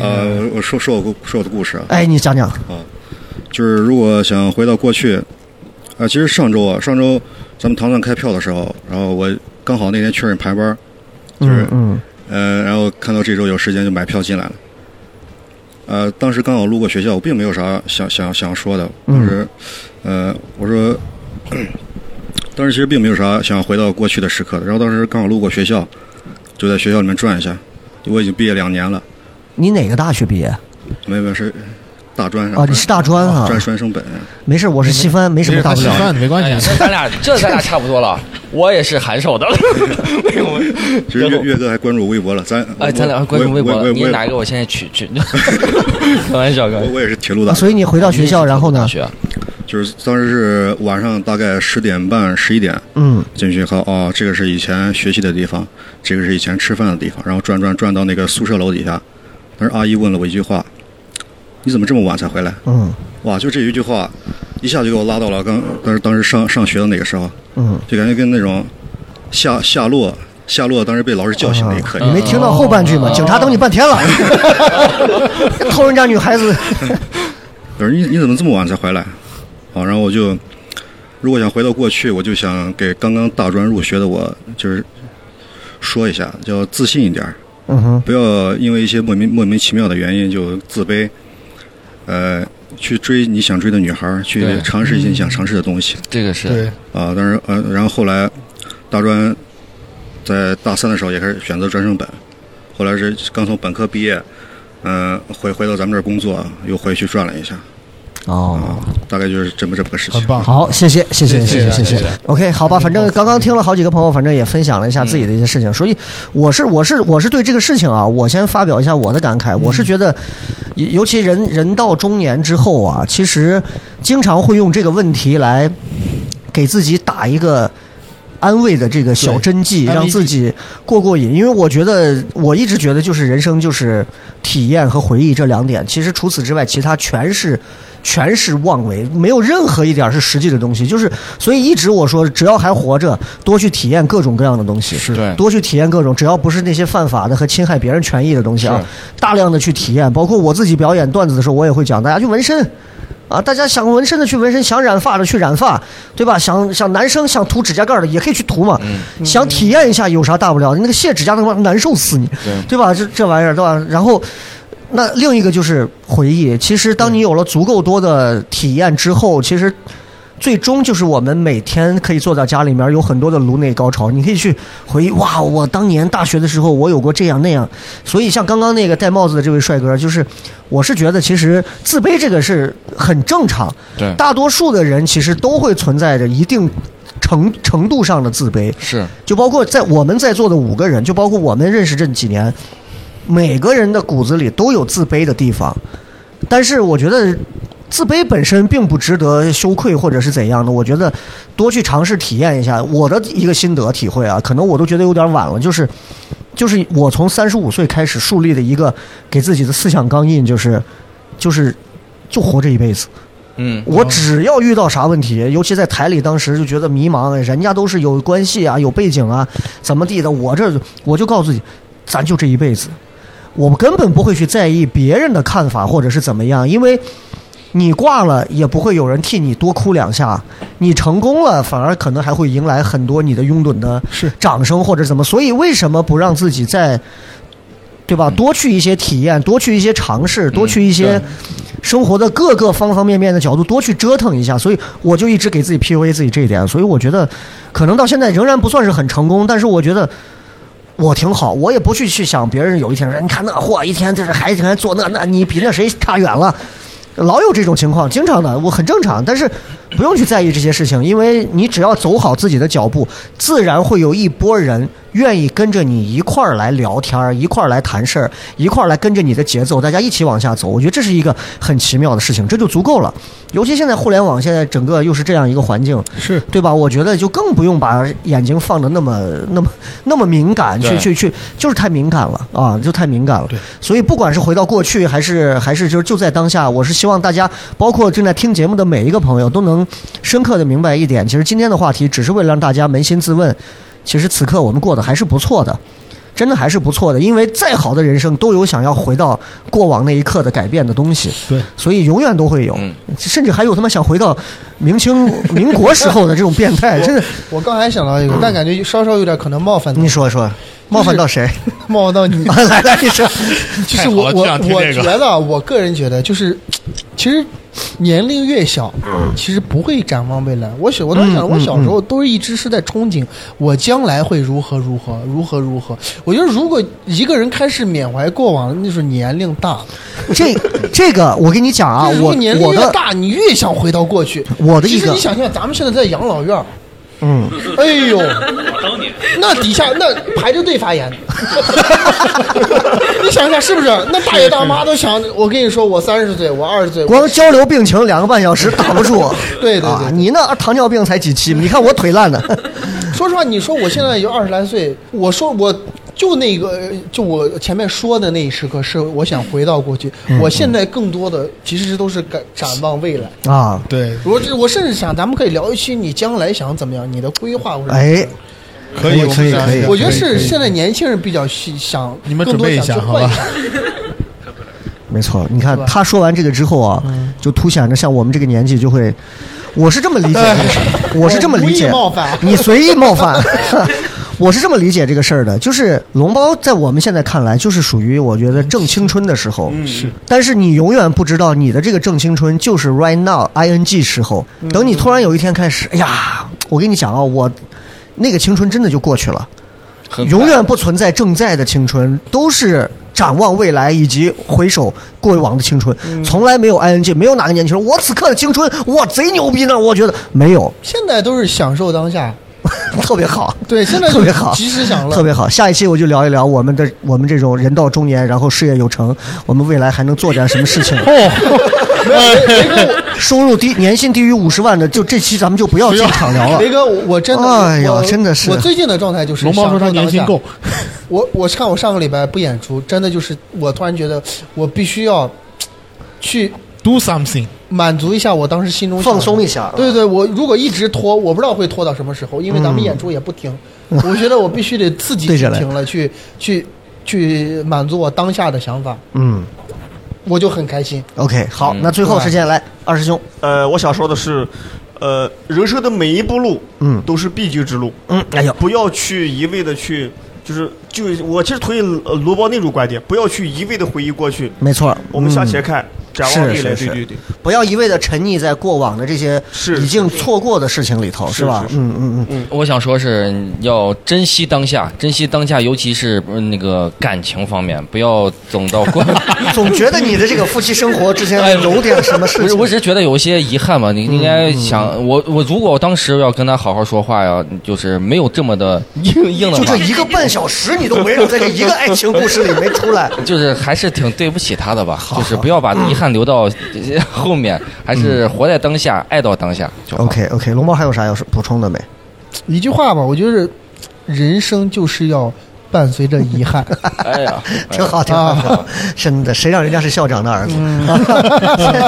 呃，我说说我故说我的故事啊。
哎，你讲讲，
啊，就是如果想回到过去，啊，其实上周啊，上周咱们唐钻开票的时候，然后我刚好那天确认排班，
嗯嗯，
呃，然后看到这周有时间就买票进来了。呃，当时刚好路过学校，我并没有啥想想想说的。当时，呃，我说， 当时其实并没有啥想回到过去的时刻的。然后当时刚好路过学校，就在学校里面转一下。我已经毕业两年了，
你哪个大学毕业？
没没是大专上哦
啊，你是大专啊？
专专升本。
没事，我是西番，没什么大不了。
哎呀那咱俩这咱俩差不 多了。我也是函授的，
其实岳岳哥还关注我微博了，咱
哎，咱俩关注微博了。你哪个？
我
我现在取 取？开玩笑，开玩
笑。我也是铁路的
啊，所以你回到学校，然后呢？
就是当时是晚上大概十点半、十一点，
嗯，
进去以后，哦，这个是以前学习的地方，这个是以前吃饭的地方，然后转转转到那个宿舍楼底下，当时阿姨问了我一句话：“你怎么这么晚才回来？”
嗯
哇，就这一句话，一下就给我拉到了刚当时当时上上学的那个时候，
嗯，
就感觉跟那种夏夏洛夏洛当时被老师叫醒那一刻一
啊你
样，
没听到后半句吗？
嗯
警察等你半天 了，偷人家女孩子。
我说你你怎么这么晚才回来？好，然后我就如果想回到过去，我就想给刚刚大专入学的我，就是说一下，叫自信一点儿，
嗯哼，
不要因为一些莫名莫名其妙的原因就自卑。呃，去追你想追的女孩儿，去
对嗯
尝试一些你想尝试的东西。
这个是对
啊，但是呃，然后后来大专在大三的时候也开始选择专升本，后来是刚从本科毕业，嗯、回回到咱们这儿工作，又回去转了一下。啊
哦、
大概就是这么这么个事情。
好，谢谢，谢谢，
谢谢
谢谢，谢嗯
谢谢
OK，好吧，反正刚刚听了好几个朋友，反正也分享了一下自己的一些事情，所以我是我是我是对这个事情啊，我先发表一下我的感慨，我是觉得，尤尤其人人到中年之后啊，其实经常会用这个问题来给自己打一个。安慰的这个小针剂，
对安慰
让自己过过瘾。因为我觉得，我一直觉得，就是人生就是体验和回忆这两点。其实除此之外，其他全是全是妄为，没有任何一点是实际的东西。就是所以一直我说，只要还活着，多去体验各种各样的东西，是
对
多去体验各种，只要不是那些犯法的和侵害别人权益的东西啊，
是
大量的去体验。包括我自己表演段子的时候，我也会讲，大家去纹身。啊，大家想纹身的去纹身，想染发的去染发，对吧？想想男生想涂指甲盖的也可以去涂嘛，想体验一下有啥大不了的？那个卸指甲他妈难受死你，
对
对吧？这这玩意儿对吧？然后。那另一个就是回忆。其实，当你有了足够多的体验之后，其实最终就是我们每天可以坐在家里面，有很多的颅内高潮。你可以去回忆，哇，我当年大学的时候，我有过这样那样。所以，像刚刚那个戴帽子的这位帅哥，就是我是觉得，其实自卑这个是很正常。
对
大多数的人其实都会存在着一定程程度上的自卑。
是
就包括在我们在座的五个人，就包括我们认识这几年，每个人的骨子里都有自卑的地方。但是我觉得，自卑本身并不值得羞愧或者是怎样的。我觉得多去尝试体验一下。我的一个心得体会啊，可能我都觉得有点晚了，就是。就是我从三十五岁开始树立的一个给自己的思想钢印，就是，就是，就活这一辈子。
嗯，
我只要遇到啥问题，尤其在台里，当时就觉得迷茫，人家都是有关系啊，有背景啊，怎么地的，我这我就告诉自己，咱就这一辈子，我根本不会去在意别人的看法或者是怎么样，因为你挂了也不会有人替你多哭两下，你成功了反而可能还会迎来很多你的拥趸的掌声或者怎么，所以为什么不让自己在？对吧？多去一些体验，多去一些尝试，多去一些生活的各个方方面面的角度，多去折腾一下。所以我就一直给自己 PUA 自己这一点。所以我觉得，可能到现在仍然不算是很成功，但是我觉得我挺好，我也不去去想别人有一天说，你看那货一天在这还还做那那，你比那谁差远了。老有这种情况，经常的，我很正常，但是不用去在意这些事情，因为你只要走好自己的脚步，自然会有一波人愿意跟着你一块儿来聊天儿，一块儿来谈事儿，一块儿来跟着你的节奏，大家一起往下走。我觉得这是一个很奇妙的事情，这就足够了。尤其现在互联网现在整个又是这样一个环境，
是
对吧？我觉得就更不用把眼睛放的那么那么那么敏感，去
对
去去，就是太敏感了啊，就太敏感了。所以不管是回到过去，还是还是就是就在当下，我是希望大家，包括正在听节目的每一个朋友，都能深刻的明白一点，其实今天的话题只是为了让大家扪心自问，其实此刻我们过得还是不错的。真的还是不错的，因为再好的人生都有想要回到过往那一刻的改变的东西，
对，
所以永远都会有，甚至还有他妈想回到 明清民国时候的这种变态，真的。
我刚才想到一个，但感觉稍稍有点可能冒犯。
你说说，冒犯到谁？
冒犯到你。
来来，你说。
就是
太好
我我
了就想听
我
这个
觉得啊，我个人觉得就是，其实年龄越小，其实不会展望未来。我小我当时想，
嗯
我小时候
嗯
都是一直是在憧憬我将来会如何如何如何如何。我觉得如果一个人开始缅怀过往，那就是年龄大了。
这这个我跟你讲啊，
就是如
我
果年龄
我
越
的
大，你越想回到过去。
我的一
其
个
实你想想，咱们现在在养老院儿，
嗯，
哎呦，
当年
那底下那排着队发言， 你想一想是不是？那大爷大妈都想，我跟你说，我三十岁，我二十岁，，
光交流病情两个半小时打不住
对对对
啊，你那糖尿病才几期？你看我 腿烂的，
说实话，你说我现在有二十来岁，我说我就那个，就我前面说的那一时刻，是我想回到过去。
嗯
我现在更多的其实都是展展望未来。
啊，
对，
我这我甚至想，咱们可以聊一期你将来想怎么样，你的规划或者
哎，
可以
可以
我们
可以，
我觉得
可以
是
可以
现在年轻人比较喜想，
你们
更
准
多
备一
想
下
去
好
幻
吧
想？
没错，你看他说完这个之后啊，
嗯
就凸显着像我们这个年纪就会，
哎
我是这么理解的，我是这么理解
我无 意冒犯，
你随意冒犯。 我是这么理解这个事儿的，就是龙包在我们现在看来，就是属于我觉得正青春的时候。
嗯是
但是你永远不知道你的这个正青春就是 right now ing 时候。
嗯
等你突然有一天开始，哎呀，我跟你讲啊，我那个青春真的就过去了，永远不存在正在的青春，都是展望未来以及回首过往的青春，
嗯
从来没有 ing，没有哪个年轻人，我此刻的青春，我贼牛逼呢，我觉得没有，
现在都是享受当下，
特别好。
对，现在
特别好，
及时享乐，
特别好。下一期我就聊一聊我们的我们这种人到中年，然后事业有成，我们未来还能做点什么事情。
哦
收入低，年薪低于五十万的，就这期咱们就不要进场聊了。啊
雷哥，我我真的，
哎
我
呀，真的是。
我最近的状态就是
龙猫说他
享受当
年薪
下
够。
我我看我上个礼拜不演出，真的就是我突然觉得我必须要去
do something，
满足一下我当时心中想的
放松一下啊
对对，我如果一直拖，我不知道会拖到什么时候，因为咱们
嗯
演出也不停。我觉得我必须得自己
对着
去
来
停了，去去去满足我当下的想法，
嗯
我就很开心。
，OK，好，
嗯
那最后时间来，二师兄，
呃，我想说的是，呃，人生的每一步路，
嗯，
都是必经之路，
嗯，哎呀，
不要去一味的去，就是就我其实同意呃罗包那种观点，不要去一味的回忆过去，
没错，
我们向前
嗯
看，展望未来，
是
对
是
对
是
对，
不要一味的沉溺在过往的这些已经错过的事情里头，是吧？嗯嗯嗯，
我想说是要珍惜当下，珍惜当下，尤其是呃那个感情方面，不要总到过。
总觉得你的这个夫妻生活之
哎
间有点什么事
不是，
情。
我只是觉得有一些遗憾嘛。你应该
嗯
想，我我如果我当时要跟他好好说话呀，就是没有这么的硬硬的
就
话，
这一个半小时，你都围绕在这一个爱情故事里没出 来。
就是还是挺对不起他的吧，就是不要把遗憾留 到后面，还
嗯
是活在当下，爱到当下就好。
OK OK，龙猫还有啥要说补充的没？
一句话吧，我觉得人生就是要伴随着遗 憾。
哎呀，啊
挺好，挺好，挺好真的，谁让人家是校长的儿子？
嗯
来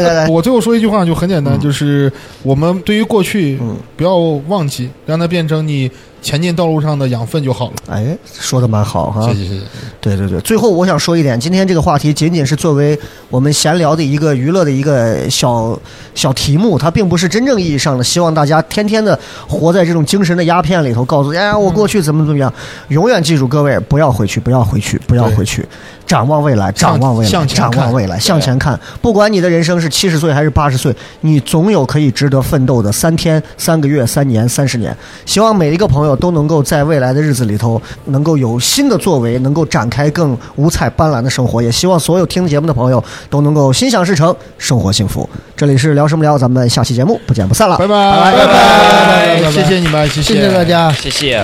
来嗯来，
我最后说一句话就很简单，就是我们对于过去，
嗯
不要忘记，让它变成你前进道路上的养分就好了。
哎，说的蛮好哈。
谢谢谢谢。
对对对，最后我想说一点，今天这个话题仅仅是作为我们闲聊的一个娱乐的一个小小题目，它并不是真正意义上的希望大家天天的活在这种精神的鸦片里头，告诉哎
嗯
呀我过去怎么怎么样，永远记住各位不要回去，不要回去，不要回去，展望未来，展望未来，
向前
展
看
望未来，向前看，不管你的人生是七十岁还是八十岁，你总有可以值得奋斗的三天、三个月、三年、三十年。希望每一个朋友都能够在未来的日子里头，能够有新的作为，能够展开更五彩斑斓的生活。也希望所有听节目的朋友都能够心想事成，生活幸福。这里是聊什么聊，咱们下期节目不见不散了，
拜拜
拜
拜拜，谢谢你们，谢
谢谢大家
谢谢。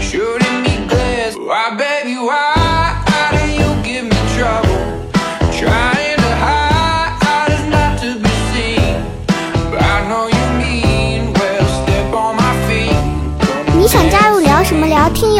Shouldn't be glass. Why, baby, why do you give me trouble? Trying to hide is not to be seen. But I know you mean well. Step on my feet.
你想加入聊什么聊听